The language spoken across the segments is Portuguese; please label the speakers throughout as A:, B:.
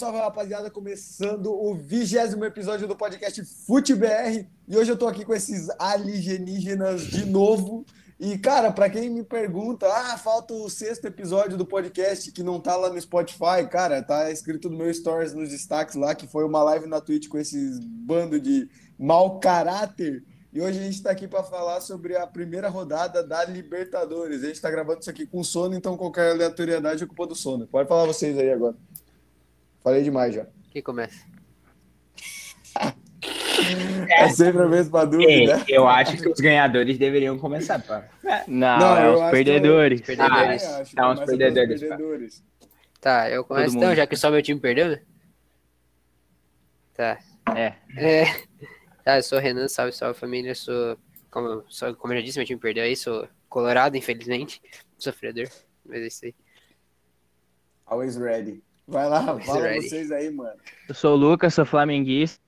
A: Salve rapaziada, começando o vigésimo episódio do podcast FuteBR e hoje eu tô aqui com esses alienígenas de novo. E cara, pra quem me pergunta, ah, falta o sexto episódio do podcast que não tá lá no Spotify, cara, tá escrito no meu stories nos destaques lá que foi uma live na Twitch com esses bando de mau caráter. E hoje a gente tá aqui pra falar sobre a primeira rodada da Libertadores. A gente tá gravando isso aqui com sono, então qualquer aleatoriedade é culpa do sono. Pode falar vocês aí agora. Falei demais já.
B: Quem começa?
C: Ah,
A: É Ah, sempre a mesma
D: Ei,
A: dúvida.
D: eu acho que os ganhadores deveriam começar, pá.
C: Não,
A: Não,
C: é
A: eu
C: os
A: acho
C: perdedores.
B: que eu-
A: Eu também
B: Perdedores.
A: acho,
D: Tá,
A: começa
D: uns
A: pelos
D: perdedores, pá.
A: perdedores.
B: Tá, eu começo
C: Todo
B: então,
C: mundo.
B: já que só meu time perdeu, né? Tá.
C: É.
B: É. Tá, eu sou o Renan, salve, salve família. Sou, como, sou, como eu já disse, meu time perdeu aí. Sou colorado, infelizmente. Sofredor, mas é isso aí.
A: Always ready. Vai lá,
B: Always
A: fala
B: ready.
A: vocês aí, mano.
C: Eu sou o Lucas, sou flamenguista,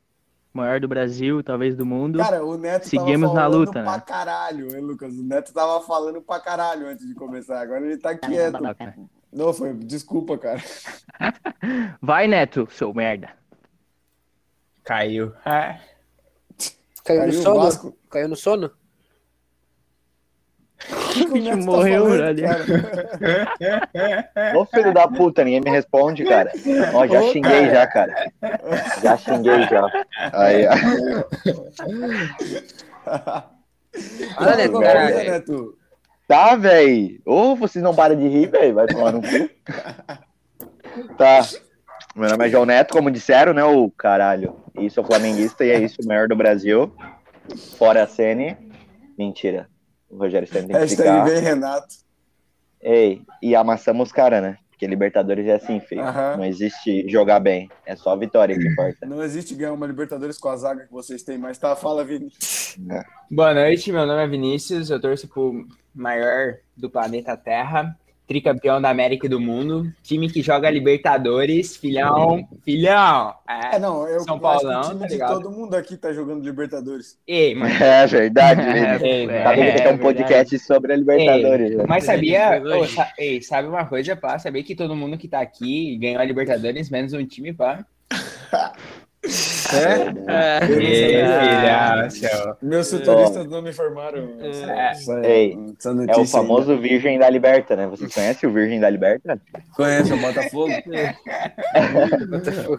C: maior do Brasil, talvez do mundo.
A: Cara, o Neto
C: Seguimos
A: tava
C: na
A: falando
C: luta,
A: pra
C: né?
A: caralho, hein, Lucas? O Neto tava falando pra caralho antes de começar. Agora ele tá quieto. Não, foi. Desculpa, cara.
C: Vai, Neto, seu merda.
D: Caiu. Ah,
B: Caiu,
A: Caiu
B: no
A: o
B: sono?
A: Vasco.
B: Caiu no sono?
A: O que o Neto tá
C: morreu,
A: falando,
C: brother.
A: cara?
E: Ô filho da puta, ninguém me responde, cara. Ó, já
A: Ô,
E: xinguei já, cara. Já xinguei já. Aí, ó.
B: Fala, Neto,
A: Fala,
B: caralho.
A: né, Neto.
E: Tá, véi. Ô, vocês não param de rir, véi. Vai tomar no cu. Tá. Meu nome é João Neto, como disseram, né? O caralho. E sou flamenguista e é isso, o maior do Brasil. Fora a Sene. Mentira. O Rogério Senna tem que
A: Hashtag
E: ficar.
A: vem, Renato.
E: Ei, e amassamos os caras, né? Porque Libertadores é assim, filho.
A: Aham.
E: Não existe jogar bem. É só a vitória que importa.
A: Não existe ganhar uma Libertadores com a zaga que vocês têm, mas tá, fala, Vini.
D: Boa noite, meu nome é Vinícius, eu torço pro maior do planeta Terra, tricampeão da América e do mundo, time que joga Libertadores, filhão, filhão.
A: É,
D: É.
A: não, eu
D: São
A: eu acho que
D: Paulão,
A: o time
D: tá
A: de
D: ligado?
A: todo mundo aqui tá jogando Libertadores.
D: Ei, mano.
E: É verdade, velho.
D: Ei, mano.
E: Sabe que
D: É,
E: tem um podcast sobre a Libertadores, né?
D: Mas
B: Ele
D: sabia,
B: foi longe.
D: ô, sa- ei, sabe uma coisa, pá? Sabia que todo mundo que tá aqui ganhou a Libertadores, menos um time, pá?
B: É.
C: Ah,
D: Ei, filhão, seu.
A: Meus futuristas não me informaram.
B: É.
A: Essa-
E: Ei,
A: essa
E: É
A: notícia
E: o
A: aí.
E: famoso Virgem da Liberta, né? Vocês conhecem o Virgem da Liberta?
A: Conhece o Botafogo?
B: Botafogo.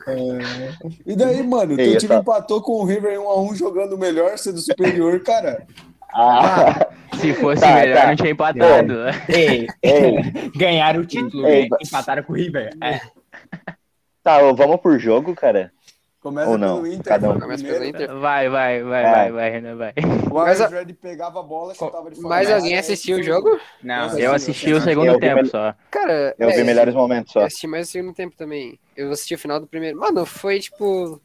A: E daí, mano, teu
E: É. Ei,
A: time
E: tá.
A: empatou com o River 1x1 jogando melhor, sendo superior, cara.
E: Ah,
C: Se fosse
E: Tá,
C: melhor,
E: tá.
C: não tinha empatado.
D: Ei,
E: ei,
D: ganharam o título,
E: Ei,
D: né?
E: ba-
D: empataram com o River. É.
E: tá, ô, vamos por jogo, cara?
A: Começa
E: Ou não,
A: pelo Inter.
E: cada um.
A: foi o
B: Começa
A: primeiro. né?
B: pelo Inter.
C: Vai, vai, vai,
E: Vai.
C: vai, vai, Renan, vai.
A: O
B: Mas a-
A: Alves Red pegava a bola, chutava de fora.
B: Mais
A: da
B: alguém
A: área,
B: assistiu o
A: tudo.
B: jogo?
D: Não,
A: Nossa,
C: Eu
A: sim,
C: assisti
A: eu
C: o
A: sei.
C: segundo
E: Eu vi
C: tempo
E: mel-
C: só.
B: Cara,
E: Eu vi
B: é,
E: melhores momentos
A: Tá.
B: Eu
E: só.
B: assisti mais o segundo tempo também. Eu assisti o final do primeiro. Mano, foi tipo.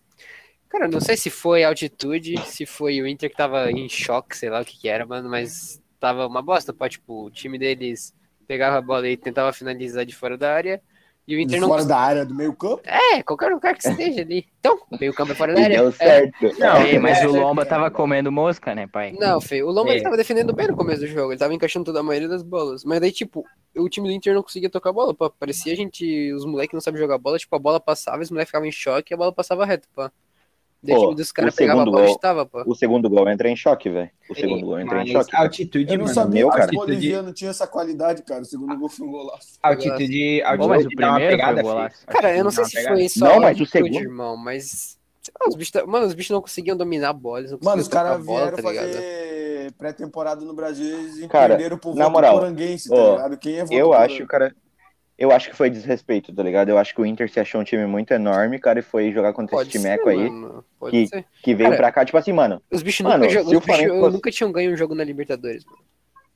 B: Cara, não sei se foi a altitude, se foi o Inter que tava em choque, sei lá o que que era, mano, mas tava uma bosta, pô. Tipo, o time deles pegava a bola e tentava finalizar de fora da área. E o
A: De
B: Inter não.
A: fora da área, do meio campo.
B: É, qualquer lugar que esteja ali. Então, meio campo é fora da
E: E
B: área.
E: deu
B: É.
E: certo.
D: Não,
C: Ei, mas
D: é,
C: o Lomba tava comendo mosca, né, pai?
B: Não, feio. O Lomba
D: É.
B: ele tava defendendo bem no começo do jogo. Ele tava encaixando toda a maioria das bolas. Mas daí, tipo, o time do Inter não conseguia tocar a bola, pô. Parecia a gente. Os moleques não sabem jogar bola. Tipo, a bola passava, os moleques ficavam em choque e a bola passava reto, pô. Daí o
E: Pô,
B: time dos caras
E: o
B: pegava a
E: segundo
B: bola e
E: gol-
B: estava, pô.
E: O segundo gol entra em choque, velho. O
B: Ei,
E: segundo gol entra em
D: Mas
E: choque.
D: altitude,
A: Eu não
D: mano.
A: sabia
E: meu,
A: que
E: cara.
A: os bolivianos tinham essa qualidade, cara. O segundo gol foi um golaço.
D: Altitude, altitude.
C: Bom, mas o
D: dá uma
C: primeiro foi o
D: pegada,
C: golaço.
D: filho.
B: Cara, assim. eu não sei
D: Dá uma
B: se
D: pegada.
B: foi só.
E: Não, mas o
B: altitude,
E: segundo-
B: irmão, mas. sei lá, os bichos tá- Mano, os bichos não conseguiam dominar a bola. Eles não
A: Mano,
B: conseguiam
A: os caras
B: tocar a bola,
A: vieram
B: tá ligado?
A: fazer pré-temporada no Brasil e
E: Cara,
A: perderam pro
E: na
A: voto
E: moral,
A: poranguense, tá
E: ó,
A: ligado? Quem é voto
E: Eu acho,
A: porang-
E: cara. Eu acho que foi desrespeito, tá ligado? Eu acho que o Inter se achou um time muito enorme, cara, e foi jogar contra
B: Pode
E: esse
B: ser,
E: timeco aí,
B: mano. Pode
E: que-
B: ser.
E: que veio
B: Cara,
E: pra cá, tipo assim, mano,
B: Os bichos,
E: Mano,
B: nunca, jogam-
E: se
B: os
E: o
B: bichos
E: Flamengo fosse-
B: nunca tinham ganho um jogo na Libertadores. mano.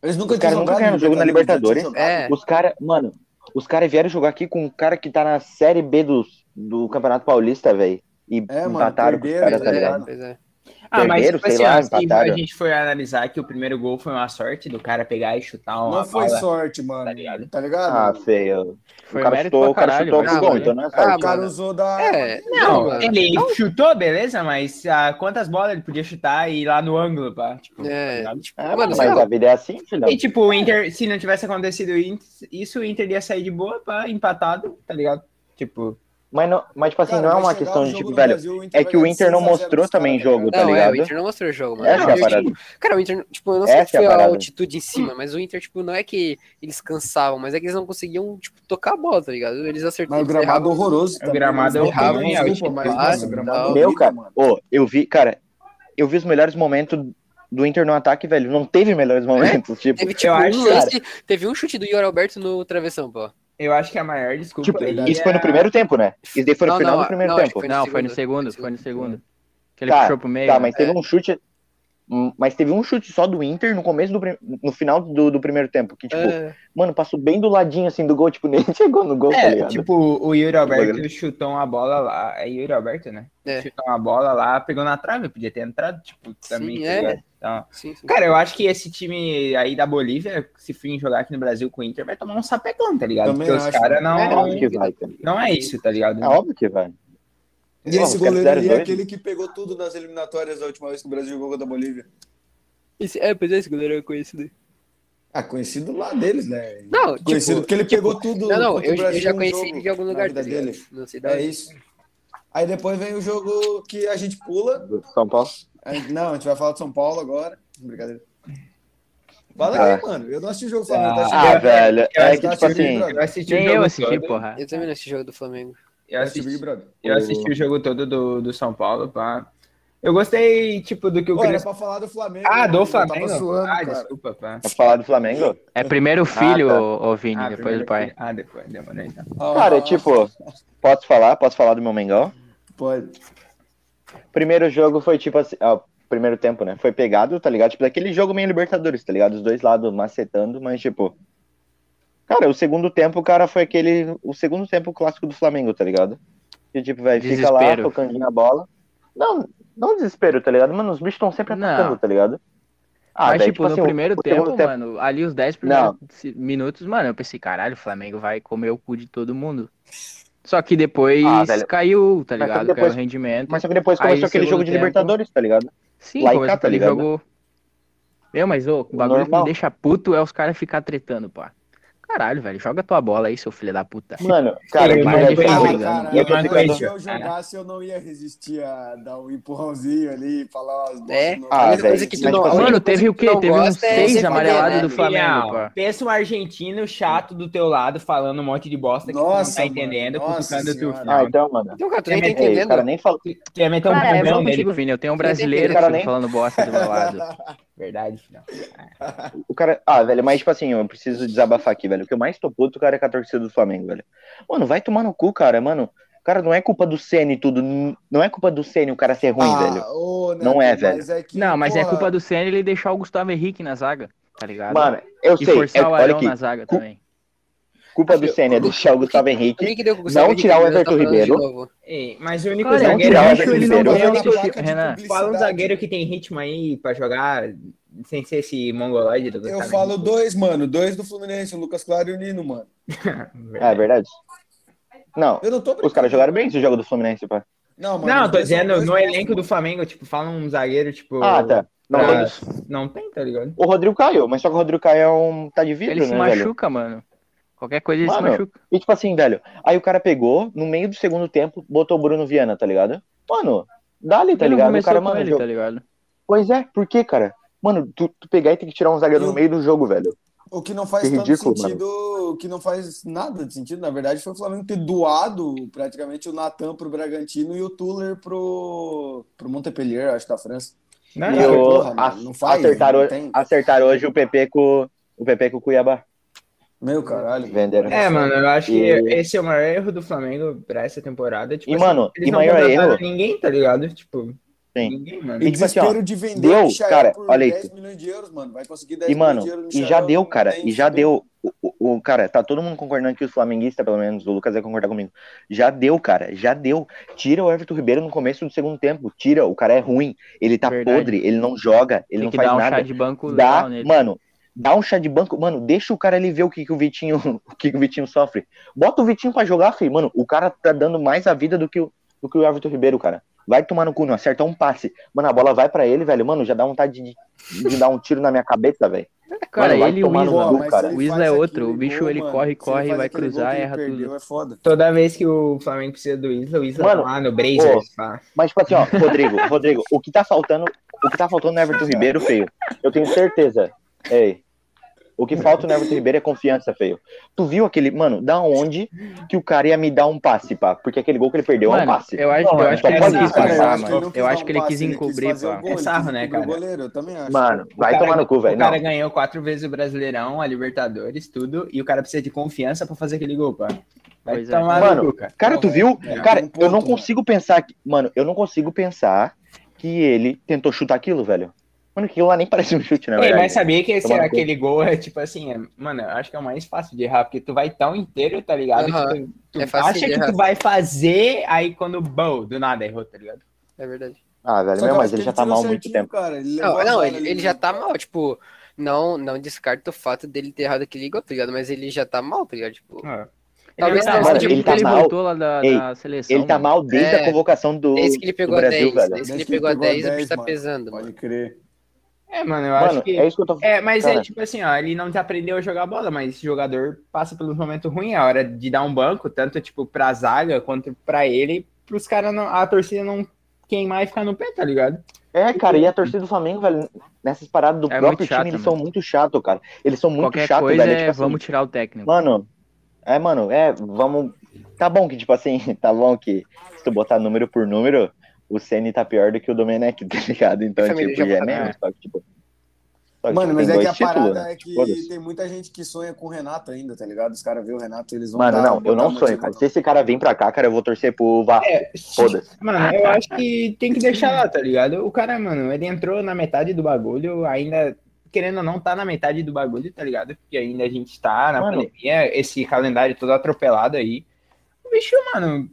A: Eles nunca
E: Os caras nunca ganharam jogo na Libertadores.
B: É.
E: Ah, os caras, mano, os caras vieram jogar aqui com um cara que tá na Série B do, do Campeonato Paulista, velho, e
A: É, mano,
E: empataram com os
A: perderam,
E: caras,
B: Pois
E: tá
A: né?
E: ligado?
B: é,
A: ligado?
B: pois é.
D: Ah, mas
E: Perderam,
D: tipo assim,
E: sei lá,
D: ó, se a
E: empataram.
D: gente for analisar que o primeiro gol foi uma sorte do cara pegar e chutar uma
A: Não foi
D: bola.
A: sorte, mano.
D: tá
A: Tá
D: ligado?
A: ligado?
E: Ah, feio.
C: Foi
E: o cara
C: mérito
E: chutou, o
C: pra
E: cara
C: caralho,
E: chutou
C: mas-
E: pro
B: Ah,
E: gol,
B: mano.
E: então não é
A: Ah,
E: sorte.
A: o cara
B: mano.
A: usou da.
E: assim,
B: É,
D: Não,
B: mano.
D: ele chutou, beleza, mas ah, quantas bolas ele podia chutar e ir lá no ângulo, pá? Tipo, tá
B: É,
D: ligado?
B: tipo,
E: Ah,
B: mano,
E: mas
B: sei lá,
E: a vida é assim, filhão.
D: E tipo, o Inter, se não tivesse acontecido in- isso, o Inter ia sair de boa, pá, empatado, tá ligado? Tipo,
E: Mas, não, mas tipo assim,
A: Cara,
E: não é
A: vai
E: uma
A: chegar
E: questão
A: o
E: de
A: jogo
E: tipo,
A: do
E: velho.
A: Brasil,
E: é
A: vai
E: que o
A: ganhar
E: Inter não
A: 6 a 0
E: mostrou
A: dos
E: também
A: caras,
E: jogo,
A: velho.
E: tá
B: Não, é,
E: ligado?
B: o Inter não mostrou o jogo, mano.
E: Essa é a
B: Eu-
E: parada.
B: Cara, o Inter, tipo, eu não
E: Essa
B: sei
E: é
B: se
E: a
B: foi a
E: parada.
B: altitude em cima, mas o Inter, tipo, não é que eles cansavam, mas é que eles não conseguiam, tipo, tocar a bola, tá ligado?
A: Mas
B: Eles acertaram.
A: o gramado horroroso. também,
D: gramado é
A: mas
D: horrível,
A: não,
D: hein,
A: Desculpa,
D: altitude
A: mas
B: baixa,
A: nossa, o gramado é
E: Meu,
A: horrível,
E: cara,
A: mano.
E: Ô, eu vi, cara, eu vi os melhores momentos do Inter no ataque, velho. Não teve melhores momentos, tipo.
B: É? Teve, tipo,
D: Eu
B: um
D: acho,
B: lance, teve um chute do Ior Alberto no travessão, pô.
D: Eu acho que a maior desculpa
E: Tipo,
D: aí
E: isso foi no
D: é-
E: primeiro tempo, né? Isso daí foi no
B: Não,
E: final
B: não,
E: do primeiro
B: não, acho
E: tempo.
B: que
C: Não, foi no
B: segundo,
C: segundo, foi no segundo. Que ele
E: Tá,
C: puxou pro meio.
E: Tá,
C: né?
E: mas teve um chute. hum, Mas teve um chute só do Inter no começo do prim- no final do, do primeiro tempo. Que, tipo,
B: É,
E: mano, passou bem do ladinho assim do gol, tipo, nem chegou no gol, tá
D: É,
E: ligado?
D: tipo, o Yuri Alberto
E: Bagulho.
D: chutou uma bola lá. É Yuri Alberto, né?
B: É.
D: Chutou uma bola lá, pegou na trave, podia ter entrado, tipo, também.
B: Sim,
D: tá
B: é.
D: ligado? Então,
B: sim, sim.
D: cara, eu acho que esse time aí da Bolívia, se fim jogar aqui no Brasil com o Inter, vai tomar um sapecão, tá ligado?
A: Também
D: Porque os
A: acho.
D: caras
E: é
D: não.
E: óbvio que vai, cara.
D: Não é isso, tá ligado?
E: É óbvio que vai.
A: E
E: Não,
A: esse
E: os
A: goleiro
E: caras fizeram
A: ali é
E: dois.
A: aquele que pegou tudo nas eliminatórias da última vez que o Brasil jogou contra a Bolívia.
B: Esse- é, pois é, esse goleiro é conhecido.
A: Ah, conhecido lá deles, né?
B: Não, tipo,
A: conhecido porque ele
B: tipo,
A: pegou tudo.
B: Não, não,
A: contra o
B: eu, eu
A: Brasil
B: já
A: num
B: conheci
A: jogo,
B: ele de algum
A: na
B: lugar,
A: vida
B: tá ligado?
A: dele.
B: Não sei da
A: É isso. Aí depois vem o jogo que a gente pula.
E: Do São Paulo.
A: A gente- Não, a gente vai falar de São Paulo agora. Brincadeira. Fala
E: Ah.
A: aí, mano. Eu não assisti o jogo do Flamengo. tá
E: Ah,
A: assistindo?
E: velho. É
D: acho
E: que,
A: que
E: tipo
A: tá
E: assim.
A: servindo,
D: Eu assisti o
C: Nem
D: jogo
C: eu assisti,
D: todo,
C: porra.
B: Eu também não assisti o jogo do Flamengo.
D: Eu
A: Assisti o
D: assisti,
A: Big Brother.
D: eu assisti o jogo todo do, do São Paulo, pá. Eu gostei, tipo, do que o
A: Pô, era
D: Crespo.
A: pra falar do Flamengo.
D: Ah, do
A: Eu
D: Flamengo?
A: Tava suando,
D: ah,
A: cara.
D: desculpa, pá.
E: Pra falar do Flamengo?
C: É primeiro filho,
E: tá.
C: ô ô Vini,
D: Ah,
C: depois
D: primeiro
C: do pai.
D: filho. Ah, depois, demorou então.
A: Ah,
E: Cara,
A: ah,
E: é tipo. Posso falar? Posso falar do meu Mengão?
A: Pode.
E: Primeiro jogo foi tipo assim. ó, primeiro tempo, né? Foi pegado, tá ligado? Tipo, daquele jogo meio Libertadores, tá ligado? Os dois lados macetando, mas tipo. Cara, o segundo tempo, cara, foi aquele. O segundo tempo clássico do Flamengo, tá ligado? Que tipo, velho, fica lá
C: Desespero.
E: tocando na bola. Não, não desespero, tá ligado? Mano, os bichos estão sempre
C: Não.
E: atacando, tá ligado? Ah,
C: mas,
E: daí,
C: tipo, no
E: o-
C: primeiro
E: o
C: tempo,
E: segundo
C: mano, ali os 10 primeiros se- minutos, mano, eu pensei, caralho, o Flamengo vai comer o cu de todo mundo. Só que depois
E: Ah, velho.
C: caiu, tá
E: Mas
C: ligado?
E: depois-
C: Caiu o rendimento.
E: Mas só que depois
C: Aí,
E: começou aquele
C: segundo
E: jogo de
C: tempo-
E: Libertadores, tá ligado?
C: Sim,
E: Lá em
C: começou
E: cá, tá
C: aquele
E: ligado?
C: jogo. Meu, mas ô, o bagulho que
E: Normal.
C: me deixa puto é os caras ficar tretando, pá. Caralho, velho, joga tua bola aí, seu filho da puta.
E: Mano, cara,
D: Eu
E: mas
D: não
E: aí
D: aguento,
E: tá
D: cara.
E: brigando. E
A: eu
E: eu tô
D: não
E: ficando.
A: se eu
D: aguento, cara.
A: jogasse, eu não ia resistir a dar um empurrãozinho ali, falar umas
B: É.
A: no-
E: Ah,
B: A única
E: velho,
B: coisa que tu
E: mas,
B: não-
E: tipo
B: a única
C: Mano,
B: coisa
C: teve
B: que
C: o
B: tu
C: quê?
B: não
C: Teve uns
B: gosta é
C: seis
B: se fuder,
C: amarelados
B: né?
C: do Flamengo,
D: Filhão,
C: pá.
D: Pensa um argentino chato do teu lado falando um monte de bosta que
A: Nossa,
D: tu não
A: mano.
D: tá entendendo,
A: Nossa
D: cutucando o teu
A: senhora.
E: Ah,
D: final.
E: então, mano.
B: Então, cara, tu
D: É
B: nem tá
D: mesmo,
E: Ei, o
B: entendendo.
E: cara nem fala.
D: Tu ia meter um
C: Cara, é eu
D: problema
C: não contigo,
D: nele.
C: Vini. Eu tenho um brasileiro que
E: Cara,
C: fica
E: nem-
C: falando bosta do
E: tá
C: meu lado.
D: Verdade, filhão.
E: O cara. Ah, velho, mas tipo assim, eu preciso desabafar aqui, velho. O que eu mais tô puto, cara, é com a torcida do Flamengo, velho. Mano, vai tomar no cu, cara, mano. Cara, não é culpa do Ceni tudo. n- Não é culpa do Ceni o cara ser ruim,
A: Ah,
E: velho.
A: ô,
E: Não é,
A: Neto, mas é que,
C: Não, mas é
A: porra,
C: culpa do Senna ele deixar o Gustavo Henrique na zaga, tá ligado?
E: Mano, eu
C: e
E: sei.
C: forçar
E: é-
C: o
E: olha
C: Arão
E: aqui.
C: na zaga
E: cu-
C: também.
E: Culpa do Ceni é deixar o Gustavo
B: Eu
E: Henrique.
B: vi que deu com o Gustavo
E: Não
B: Henrique,
E: tirar o
B: mas eu tô
E: Everton
B: falando de
E: Ribeiro.
B: novo.
D: Ei, mas o único
C: Olha,
D: zagueiro.
E: o
D: que
E: bicho,
D: eu
E: ele não
D: considero-
E: ganhou
D: eu
A: na placa de
C: Renan,
A: publicidade.
D: é Fala um zagueiro que tem ritmo aí pra jogar sem ser esse mongoloide do
A: Eu
D: Gustavo
A: falo
D: Henrique.
A: dois, mano. Dois do Fluminense, o Lucas Claro e o Nino, mano.
E: É verdade. Não,
A: Eu não tô brincando.
E: os caras jogaram bem esse jogo do Fluminense, pá.
A: Não, mano,
D: Não,
A: os
D: tô
A: dois são
D: dizendo,
A: dois
D: no
A: bons,
D: elenco
A: mano.
D: do Flamengo, tipo, fala um zagueiro, tipo.
E: Ah, tá. Não
D: pra-
E: tem.
D: Não tem, tá ligado?
E: O Rodrigo caiu, mas só que o Rodrigo caiu é um. tá de vidro,
C: Ele se
E: né, velho?
C: machuca, mano. Qualquer coisa ele
E: Mano,
C: se machuca.
E: E tipo assim, velho, aí o cara pegou, no meio do segundo tempo, botou o Bruno Viana, tá ligado? Mano, dali, tá
C: Ele não
E: ligado? O
C: começou
E: cara,
C: com
E: mano,
C: ele,
E: jogo-
C: tá ligado?
E: Pois é, por que, cara? Mano, tu, tu pegar e tem que tirar um zagueiro
A: Eu-
E: no meio do jogo, velho.
A: O que não faz
E: Que ridículo,
A: tanto sentido, o que não faz nada de sentido, na verdade, foi o Flamengo ter doado praticamente o Natan pro Bragantino e o Tuller pro, pro Montpellier, acho, da França.
C: É,
D: Não,
E: E
A: cara,
E: o-
A: porra, mano, não faz,
E: acertaram,
A: não tem.
E: acertaram hoje o PP com o PP com o Cuiabá.
A: Meu caralho.
E: Venderam.
D: É, mano, eu acho que
E: E-
D: esse é o maior erro do Flamengo pra essa temporada. Tipo,
E: E, mano,
D: eles
E: e
D: não
E: maior
D: contrataram
E: erro-
D: ninguém, tá ligado? Tipo,
E: Sim.
D: ninguém, mano.
A: E
E: E, tipo assim,
A: desespero de vender
E: deu,
A: o Michael
E: cara,
A: por
E: olha aí. tipo,
A: 10 milhões de euros, mano. Vai conseguir 10
E: E, mano,
A: milhões de euros no
E: e já
A: Michael,
D: né?
E: deu,
A: não
E: cara.
A: tem
E: E já
A: futuro.
E: deu. O, o- o- cara, tá todo mundo concordando que os flamenguistas, pelo menos, o Lucas vai concordar comigo. Já deu, cara. Já deu. Tira o Everton Ribeiro no começo do segundo tempo. Tira, o cara é ruim. Ele tá
C: Verdade.
E: podre, ele não joga, ele
C: Tem
E: não
C: que
E: faz
C: dar um
E: nada.
C: chá de banco né?
E: dá,
C: legal nele.
E: mano, dá um chá de banco, mano, deixa o cara ali ver o que, que o Vitinho, o que, que o Vitinho sofre. Bota o Vitinho pra jogar, filho. Mano, o cara tá dando mais a vida do que o, do que o Everton Ribeiro, cara. Vai tomar no cu, não acerta um passe. Mano, a bola vai pra ele, velho. Mano, já dá vontade de, de dar um tiro na minha cabeça, velho.
C: Cara,
E: Mano, vai
C: ele e o
E: tomar no
A: Pô,
E: cu,
C: Isla.
A: mas
E: cara.
A: se
C: O
A: ele
C: Isla
A: faz
C: é outro,
A: aquele
C: o bicho,
A: gol,
C: ele
A: mano,
C: corre,
A: se ele
C: corre,
A: faz
C: vai
A: aquele gol
C: cruzar,
A: que ele
C: erra
A: perdeu,
C: tudo.
A: É foda.
D: Toda vez que o Flamengo precisa do Isla, o Isla
E: Mano,
D: tá lá no Brazers. pá.
E: Mas, tipo assim, ó, Rodrigo, Rodrigo, o que tá faltando, o que tá faltando no Everton Ribeiro, feio. Eu tenho certeza. Ei. O que falta no Everton Ribeiro é confiança, feio. Tu viu aquele. Mano, da onde que o cara ia me dar um passe, pá? Porque aquele gol que ele perdeu é um
C: Mano,
E: passe.
C: eu acho,
D: Não,
C: eu
D: mano,
C: acho que
E: só
C: ele
E: pode
C: não quis
E: isso, cara.
C: passar,
E: Eu
A: não
C: mano.
A: quis
C: Eu
A: dar
C: acho
A: um
C: que ele quis
A: passe, ele quis
C: encobrir,
A: fazer o
C: pá.
A: gol, ele
D: É sarro,
A: quis
D: né,
A: encobrir o
D: cara?
A: goleiro, eu também acho.
E: Mano,
D: O
E: vai
D: cara-
E: tomar no cu, velho.
D: O cara é
E: Não.
D: ganhou quatro vezes o Brasileirão, a Libertadores, tudo, e o cara precisa de confiança pra fazer aquele gol, pá. Vai
C: Pois é.
D: tomar
E: Mano,
D: no cu, cara.
E: Cara, tu viu?
A: É,
E: Cara,
A: um
E: eu não
A: ponto,
E: consigo pensar. Que... Mano, eu não consigo pensar que ele tentou chutar aquilo, velho. Mano, aquilo lá nem parece um chute, né,
D: Ei, mas
E: velho?
D: sabia que esse,
E: Tomar no cu.
D: aquele gol é tipo assim, é- mano, eu acho que é o mais fácil de errar, porque tu vai tão inteiro, tá ligado?
B: Aham,
D: que tu tu
B: é fácil
D: acha
B: de
D: que
B: errar.
D: tu vai fazer, aí quando bom, do nada errou, tá ligado?
B: É verdade.
E: Ah,
A: Só
E: velho,
A: que
E: meu,
A: eu
E: mas
A: acho
E: ele
A: que
E: já tá
A: tirou
E: mal há muito
A: certinho,
E: tempo.
A: cara, ele levou
B: Não,
A: a
B: não
A: bola
B: ele,
A: ali
B: ele
A: no-
B: já tá mal, tipo, não, não descarta o fato dele ter errado aquele gol, tá ligado? Mas ele já tá mal, tá ligado? Tipo,
D: Ah.
B: Talvez
C: Cara,
B: não
E: Mano,
C: tipo,
E: ele tá
C: ele
E: mal.
C: voltou lá da,
E: Ei,
C: da seleção.
E: Ele tá
C: mano.
E: mal desde a
B: É,
E: convocação do,
B: desde que ele
E: do
B: pegou a
E: Brasil,
B: 10,
E: velho.
B: desde que ele pegou a 10, o bicho tá
A: mano.
B: pesando, mano.
A: Pode crer.
D: É, mano, eu
E: Mano,
D: acho que.
E: é isso que eu tô
D: É, mas
E: Cara.
D: é tipo assim, ó, ele não te aprendeu a jogar bola, mas esse jogador passa pelos momentos ruins, a hora de dar um banco, tanto tipo pra zaga quanto pra ele, pros caras não, a torcida não queimar e ficar no pé, tá ligado?
E: É, cara, e a torcida do Flamengo, velho, nessas paradas do
C: É muito
E: próprio
C: chato,
E: time, eles
C: mano.
E: são muito chatos, cara. Eles são muito
C: Qualquer
E: chatos,
C: coisa
E: velho.
C: é,
E: tipo assim,
C: vamos tirar o técnico.
E: Mano, é, mano, é, vamos. Tá bom que, tipo assim, tá bom que se tu botar número por número, o Ceni tá pior do que o Domenech, tá ligado? Então,
B: A família já
E: tipo, já é
B: fala,
E: menos,
C: né?
E: só que, tipo. só que,
A: Mano,
E: tipo,
A: mas
E: tem
A: é que a
E: dois títulos,
A: parada
E: né?
A: é que
E: Foda-se.
A: tem muita gente que sonha com o Renato ainda, tá ligado? Os caras vê o Renato, eles vão tá
E: Mano,
A: dar-
E: não, eu
A: botar
E: não
A: motivo.
E: sonho, cara. Se esse cara vem pra cá, cara, eu vou torcer pro Vasco.
D: É,
E: Foda-se.
D: Mano, eu acho que tem que deixar lá, tá ligado? O cara, mano, ele entrou na metade do bagulho, ainda, querendo ou não, tá na metade do bagulho, tá ligado? Porque ainda a gente tá na
E: Mano.
D: pandemia, esse calendário todo atropelado aí. O bicho, mano.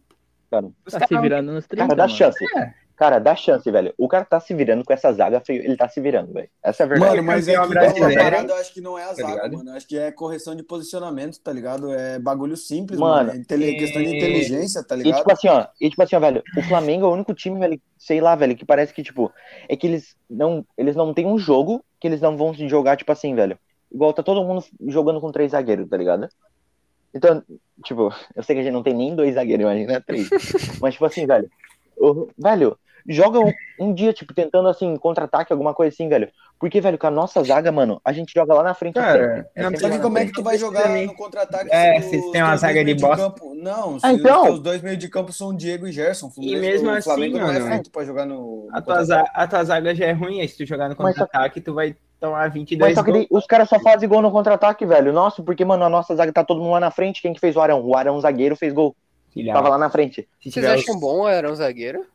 E: Cara,
D: os
C: Tá se
D: caras-
C: virando nos 30,
E: Cara, dá
C: mano.
E: chance.
D: É.
E: Cara, dá chance, velho. O cara tá se virando com essa zaga, feio, ele tá se virando, velho. Essa é a verdade.
A: Mano, mas é
D: campeão
A: que então, a
D: brasileiro,
A: parada eu acho que não é a zaga,
D: Tá ligado?
A: mano. Eu acho que é correção de posicionamento, tá ligado? É bagulho simples, mano.
E: Mano,
A: É intele- questão de
D: e-
A: inteligência, tá
E: E
A: ligado?
E: tipo assim, ó, e tipo assim, ó, velho, o Flamengo é o único time, velho, sei lá, velho, que parece que, tipo, é que eles não, eles não têm um jogo que eles não vão se jogar, tipo assim, velho. Igual tá todo mundo jogando com três zagueiros, tá ligado? Então, tipo, eu sei que a gente não tem nem dois zagueiros, imagina três. Mas, tipo assim, velho, o- velho, joga um, um dia, tipo, tentando, assim, contra-ataque, alguma coisa assim, velho. Porque, velho, com a nossa zaga, mano, a gente joga lá na frente. assim, sempre.
D: Cara, tá não
E: sempre
A: Só que
E: lá
A: como
E: na
A: é
E: frente.
A: que tu vai jogar no contra-ataque
D: É,
A: os
D: se tem
A: teus
D: uma
A: dois
D: zaga de
A: meio
D: bosta.
A: campo... Não, se
E: Ah, então.
A: os teus dois meio de campo são Diego e Gerson. Fluminense-
D: mesmo
A: o
D: assim,
A: Flamengo não é
D: mano,
A: feito pra jogar no...
D: A
A: no
D: tua,
A: contra-ataque.
D: zaga, a tua zaga já é ruim, aí se tu jogar no
E: Mas só-
D: contra-ataque, tu vai tomar 22
E: Mas só que
D: gols.
E: daí os caras só fazem gol no contra-ataque, velho. Nossa, porque, mano, a nossa zaga tá todo mundo lá na frente. Quem que fez o Arão? O Arão zagueiro fez gol.
D: Filha,
E: Tava lá na frente.
D: se
B: Vocês
D: tiver os-
B: acham bom o Arão zagueiro?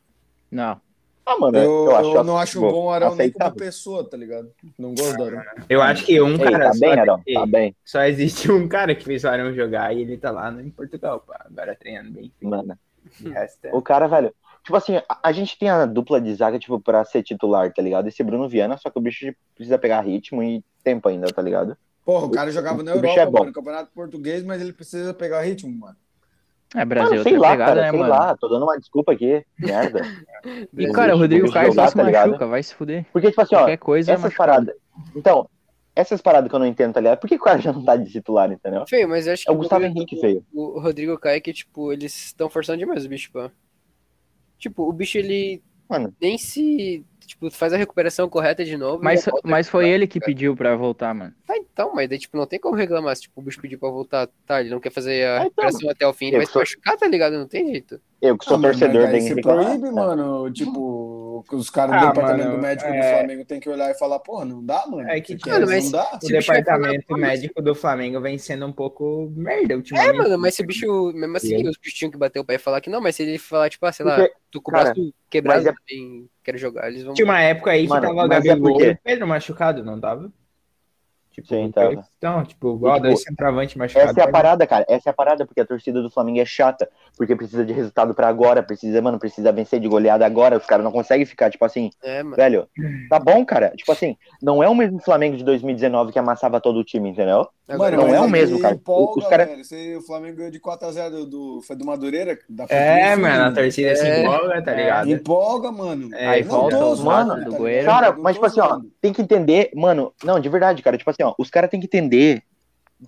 C: Não.
E: Ah, mano,
A: Eu, eu,
E: acho
A: não acho bom o Arão nem como
E: aceitável.
A: pessoa, tá ligado? Não gosto do Arão.
D: Eu acho que um
E: Ei,
D: cara
E: tá
D: só,
E: bem, Arão?
D: Ei,
E: Tá bem,
D: só existe um cara que fez o Arão jogar e ele tá lá no- em Portugal, pá. Agora treinando bem.
E: mano.
D: De resto, é-
E: O cara, velho. Tipo assim, a, a gente tem a dupla de zaga, tipo, pra ser titular, tá ligado? Esse Bruno Viana, só que o bicho precisa pegar ritmo e tempo ainda, tá ligado?
A: Porra, o cara jogava na
E: O bicho
A: Europa,
E: é bom.
A: mano, no Campeonato Português, mas ele precisa pegar ritmo, mano.
C: É, Brasil,
E: mano, sei
C: outra
E: lá,
C: pegada,
E: cara,
C: né,
E: sei
C: mano?
E: lá. Tô dando uma desculpa aqui, merda.
C: E,
E: Não
C: cara, o
E: deixa
C: Rodrigo
E: ele
C: Caio só
E: jogar,
C: se
E: tá ligado?
C: machuca, vai se fuder.
E: Porque, tipo assim, ó,
C: Qualquer coisa é
E: essas
C: machucado.
E: paradas. Então, essas paradas que eu não entendo, tá ligado? Por que o cara já não tá de titular, entendeu?
B: Feio, mas eu acho que
E: É o Gustavo
B: bagulho
E: Henrique,
B: do-
E: feio.
B: o Rodrigo Caio que, tipo, eles estão forçando demais o bicho, pô. Tipo, o bicho, ele
E: Mano.
B: nem se, tipo, faz a recuperação correta de novo.
C: Mas,
B: e é volta.
C: mas foi ele que pediu pra voltar, mano.
B: Tá, então, mas daí, tipo, não tem como reclamar se, tipo, o bicho pedir pra voltar, tá, ele não quer fazer a
E: Ah, então,
B: recuperação até o fim, ele
E: Eu
B: vai se
E: sou-
B: machucar, tá ligado? Não tem jeito.
E: Eu que sou
A: Ah, mano,
E: torcedor,
A: mas aí
E: tenho que
A: se
E: reclamar.
A: proíbe, mano, tipo, que os caras
D: Ah,
A: do departamento
D: mano,
A: médico
D: é.
A: do Flamengo tem que olhar e falar, porra, não dá, mano.
D: É que,
A: Porque
B: mano, mas-
A: não dá.
D: O
B: Se o bicho vai
D: departamento
B: falar,
D: médico do Flamengo vem sendo um pouco merda
B: É,
D: ultimamente.
B: mano, mas se o bicho, mesmo assim, os bichos tinham que bater o pé e falar que não, mas se ele falar, tipo, ah, sei lá,
E: Porque,
B: tô com o
E: cara,
B: braço quebrado,
E: mas é Tipo,
B: também quero jogar, eles vão...
D: Tinha uma época aí que
E: Mano,
D: tava o
E: mas é
D: Gabigol
E: porque-
D: e o Pedro machucado, não tava? Tipo,
E: Sim, tava.
D: Então, tipo, igual
E: Tipo,
D: dois centroavantes machucados. né?
E: Essa é a parada, cara. Essa é a parada, porque a torcida do Flamengo é chata. porque precisa de resultado pra agora, precisa, mano, precisa vencer de goleada agora, os caras não conseguem ficar, tipo assim,
B: É, mano.
E: velho, tá bom, cara, tipo assim, não é o mesmo Flamengo de 2019 que amassava todo o time, entendeu?
B: Agora,
E: não
A: mas
E: é o
A: ele
E: mesmo, cara.
A: Empolga,
E: Os cara-
A: velho. Se o Flamengo ganhou de 4x0 do, do, foi do Madureira. Da
D: É,
A: Fluminense, né,
D: mano, a torcida se
B: É.
D: empolga, tá ligado?
A: Empolga, mano.
D: É, aí volta
A: tô
E: o
A: zoando,
E: mano
C: do
A: tá
C: Goiás.
A: ligado?
E: Cara,
A: Não
E: mas
A: tô
E: tipo assim, ó,
A: zoando.
E: tem que entender, mano, não, de verdade, cara, tipo assim, ó, os caras têm que entender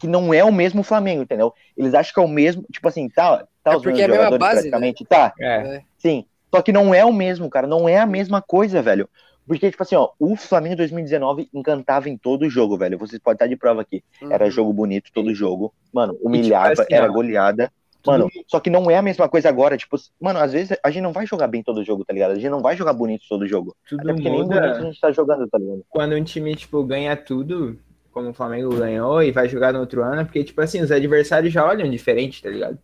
E: que não é o mesmo Flamengo, entendeu? Eles acham que é o mesmo, tipo assim, tá, tá
B: É
E: os
B: porque
E: mesmos
B: é a mesma
E: jogadores
B: base,
E: praticamente, tá,
D: É.
E: sim, só que não é o mesmo, cara, não é a mesma coisa, velho. Porque, tipo assim, ó, o Flamengo 2019 encantava em todo jogo, velho. Vocês podem estar de prova aqui.
B: Uhum.
E: Era jogo bonito todo jogo. Mano, humilhava,
D: assim,
E: era
D: ó,
E: goleada. Mano, só que não é a mesma coisa agora. Tipo, mano, às vezes a gente não vai jogar bem todo jogo, tá ligado? A gente não vai jogar bonito todo jogo. Até
D: Tudo
E: é porque nem bonito a
D: muda
E: gente tá jogando, tá ligado?
D: quando um time, tipo, ganha tudo, como o Flamengo ganhou, e vai jogar no outro ano, porque, tipo assim, os adversários já olham diferente, tá ligado?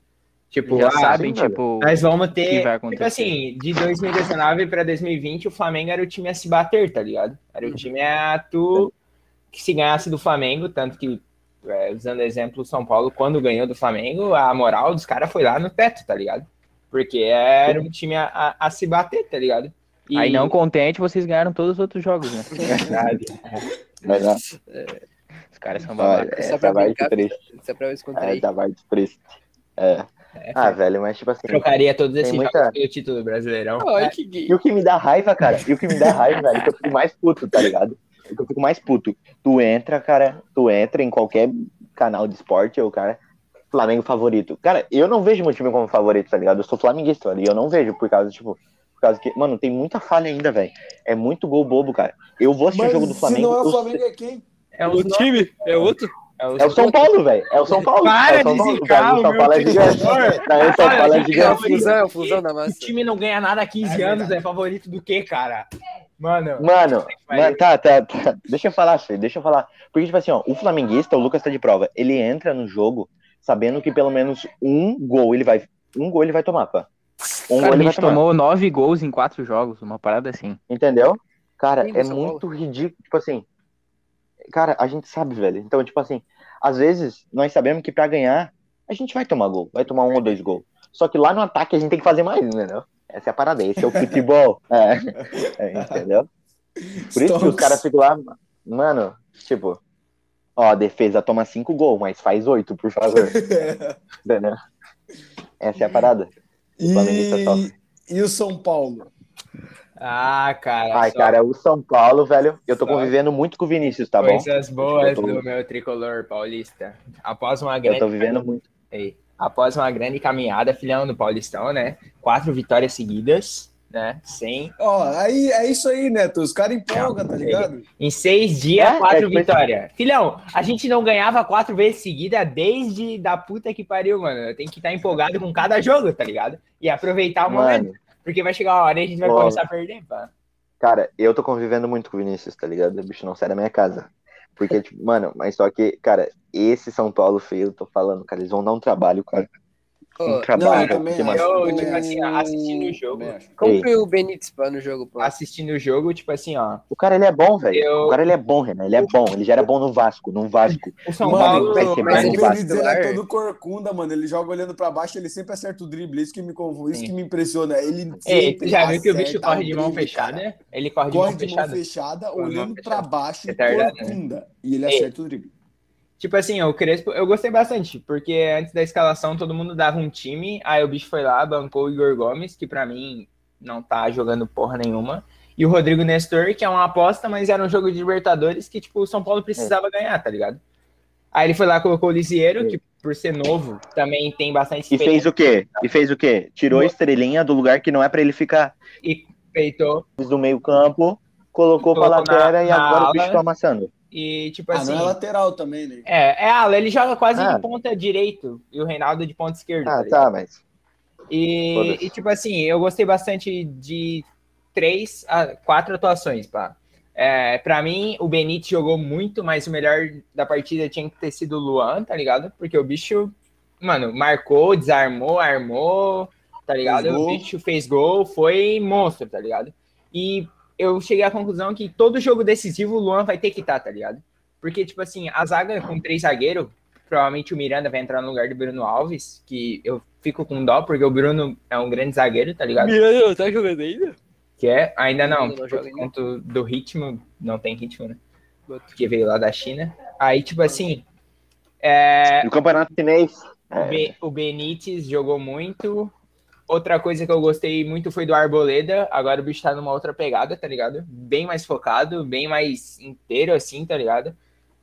D: Tipo,
C: Já
D: ah,
C: sabem,
E: sim, assim, velho.
C: tipo,
D: nós vamos
C: o que
D: ter.
C: vai
D: Tipo
C: acontecer.
D: assim, de 2019 pra 2020, o Flamengo era o time a se bater, tá ligado? Era o time a tu que se ganhasse do Flamengo, tanto que, é, usando exemplo, o São Paulo, quando ganhou do Flamengo, a moral dos caras foi lá no teto, tá ligado? Porque era um time a, a, a se bater, tá ligado? E-
C: Aí não contente, vocês ganharam todos os outros jogos, né?
D: Verdade.
E: Mas, ah,
C: Os caras são
E: ah,
C: babacas.
E: essa
B: Só pra
E: vai de
B: brincar,
E: triste.
B: Só é pra eu descontrair.
E: Essa vai de triste. É. Ah, velho, mas tipo assim.
D: trocaria todos esses
E: muita-
D: jogos pelo título do Brasileirão.
B: Ai, que gay.
E: E o que me dá raiva, cara, e o que me dá raiva, velho, é que eu fico mais puto, tá ligado? É que eu fico mais puto. Tu entra, cara, tu entra em qualquer canal de esporte, o cara, Flamengo favorito. Cara, eu não vejo meu time como favorito, tá ligado? Eu sou flamenguista, velho, e eu não vejo por causa, tipo, por causa que, mano, tem muita falha ainda, velho. É muito gol bobo, cara. Eu vou assistir
A: Mas
E: o jogo do Flamengo.
A: se não é o
E: eu-
A: Flamengo, é quem?
D: É os no-
B: time? É outro?
D: é os-
E: É o São Paulo, velho. É o São Paulo.
D: Para
E: é o São
D: de
E: Paulo.
D: zicar
E: o
D: o
E: São
D: meu
E: Paulo é gigante.
D: torcedor.
E: Não, o São
D: Para
E: Paulo é
D: de
B: É o
D: zicar
E: gigante.
B: fusão, é o fusão da
D: O
B: massa.
D: time não ganha nada há 15 anos, é favorito do que, cara? Mano,
E: Mano,
D: Vai.
E: mano, tá, tá, tá. Deixa eu falar, filho, deixa eu falar. Porque, tipo assim, ó, o flamenguista, o Lucas tá de prova, ele entra no jogo sabendo que pelo menos um gol ele vai. Um gol ele vai tomar, pá. Um
C: Cara,
E: gol
C: a
E: ele vai
C: gente
E: tomar.
C: tomou nove gols em quatro jogos, uma parada assim.
E: Entendeu? Cara,
B: Sim,
E: é
B: São
E: muito ridículo. Tipo assim. Cara, a gente sabe, velho. Então, tipo assim, às vezes nós sabemos que pra ganhar, a gente vai tomar gol. Vai tomar um ou dois gols. Só que lá no ataque a gente tem que fazer mais, entendeu? Essa é a parada, esse é o futebol. É, é, entendeu? Por isso que os caras ficam lá, mano, tipo, ó, a defesa toma cinco gols, mas faz oito, por favor. entendeu? Essa é a parada. Flamenguista
A: E,
E: sofre.
A: e o São Paulo?
D: ah, cara.
E: Ai,
D: só
E: cara, o São Paulo, velho, eu tô
D: Só.
E: convivendo muito com o Vinícius, tá bom?
D: coisas boas
E: Eu tô-
D: do meu tricolor paulista. Após uma
E: Eu
D: grande.
E: tô vivendo muito.
D: Ei, após uma grande caminhada, filhão do Paulistão, né? Quatro vitórias seguidas, né? Sem.
A: Ó, aí é isso aí, Neto. Os caras empolgam, tá ligado?
D: Em seis dias,
E: É,
D: quatro
E: é, mas-
D: vitórias. Filhão, a gente não ganhava quatro vezes seguida desde da puta que pariu, mano. Eu tenho que estar empolgado com cada jogo, tá ligado? E aproveitar o momento.
E: Mano,
D: Porque vai chegar uma hora e a gente vai
E: Bola.
D: começar a perder, pá.
E: cara, eu tô convivendo muito com o Vinícius, tá ligado? O bicho não sai da minha casa. Porque, tipo, mano, mas só que, cara, esse São Paulo feio, eu tô falando, cara, eles vão dar um trabalho, cara. Um
B: Ô,
A: Não, eu
E: trabalho.
A: também
E: que, mano,
A: acho.
D: Eu,
A: Eu
D: tipo assim, ó, assistindo o jogo,
A: também acho.
B: Como
E: Ei.
B: que o Benítez pá no jogo, pô?
D: assistindo o jogo, tipo assim, ó.
E: O cara, ele é bom, velho.
D: Eu-
E: O cara, ele é bom, Renan. Ele é bom. Ele já era bom no Vasco, no Vasco.
D: O São
A: Mano,
D: Paulo
E: vai ser
A: Mas
E: mais
A: o
E: de
D: vai-
A: Benítez ele é
B: vacilar.
A: todo corcunda, mano. Ele joga olhando pra baixo, ele sempre acerta o drible. Isso que me confunde, isso
D: Sim.
A: que me impressiona. Ele
D: Ei, tu
A: sempre
D: já viu que o bicho
A: acerta
D: corre de mão
A: drible, cara.
D: fechada? Ele corre de
A: Corre
D: mão
A: de mão
D: fechada.
A: fechada,
D: Corre de mão
A: olhando
D: fechada.
A: pra baixo,
D: Retardado, né?
A: corcunda. E ele
D: Ei.
A: acerta o drible.
D: Tipo assim, o Crespo, eu gostei bastante, porque antes da escalação todo mundo dava um time, aí o bicho foi lá, bancou o Igor Gomes, que pra mim não tá jogando porra nenhuma, e o Rodrigo Nestor, que é uma aposta, mas era um jogo de Libertadores que, tipo, o São Paulo precisava ganhar, tá ligado? Aí ele foi lá, colocou o Lisieiro, que por ser novo, também tem bastante
E: E fez
D: experiência,
E: o quê? E fez o quê? Tirou a estrelinha do lugar que não é pra ele ficar
D: respeitou,
E: do meio campo, colocou pra
D: Colocou
E: lateral
D: na-
E: e
D: na
E: agora o
D: ala.
E: bicho tá amassando.
D: e tipo
A: Ah,
D: assim...
A: não é lateral também, né?
D: É, é ala, ele joga quase
E: Ah.
D: de ponta direito e o Reinaldo de ponta esquerda.
E: Ah,
D: ligado?
E: tá, mas...
D: E,
E: Foda-se.
D: e, tipo assim, eu gostei bastante de três a quatro atuações, pá. É, pra mim, o Benítez jogou muito, mas o melhor da partida tinha que ter sido o Luan, tá ligado? Porque o bicho, mano, marcou, desarmou, armou, tá ligado?
A: Fez
D: O
A: gol.
D: bicho fez gol, foi monstro, tá ligado? E eu cheguei à conclusão tá que todo jogo decisivo o Luan vai ter que estar, tá ligado? Porque, tipo assim, a zaga com três zagueiros, Provavelmente o Miranda vai entrar no lugar do Bruno Alves, que eu fico com dó, porque o Bruno é um grande zagueiro, tá ligado?
B: Miranda não tá jogando ainda?
D: Que é, ainda não,
B: Não
D: por
B: joga ainda.
D: conta do ritmo, não tem ritmo, né? Que veio lá da China. Aí, tipo assim, é,
E: No campeonato chinês.
D: o Be- o Benítez jogou muito. Outra coisa que eu gostei muito foi do Arboleda. Agora o bicho tá numa outra pegada, tá ligado? Bem mais focado, bem mais inteiro, assim, tá ligado?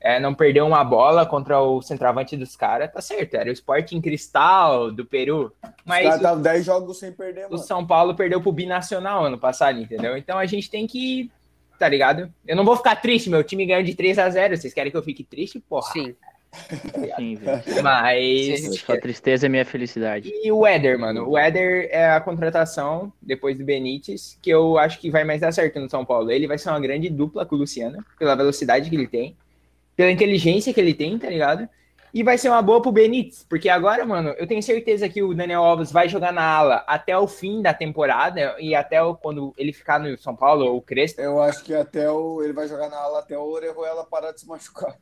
D: É, não perdeu uma bola contra o centroavante dos caras, tá certo. Era o Sporting Cristal do Peru. Mas
A: Cara, tava 10 Tá, jogos sem perder,
D: o
A: mano.
D: São Paulo perdeu pro Binacional ano passado, entendeu? Então a gente tem que. Tá ligado? Eu não vou ficar triste, meu time ganhou de 3 a 0 Vocês querem que eu fique triste? Porra.
B: Sim.
C: Sim, velho.
D: Mas.
B: Sim.
C: Sua tristeza é minha felicidade.
D: E o Éder, mano. O Éder é a contratação, depois do Benítez, que eu acho que vai mais dar certo no São Paulo. Ele vai ser uma grande dupla com o Luciano, pela velocidade que ele tem, pela inteligência que ele tem, tá ligado? E vai ser uma boa pro Benítez, porque agora, mano, eu tenho certeza que o Daniel Alves vai jogar na ala até o fim da temporada e até o- quando ele ficar no São Paulo ou Crespo.
A: Eu acho que até o. Ele vai jogar na ala até o Orejuela parar de se machucar.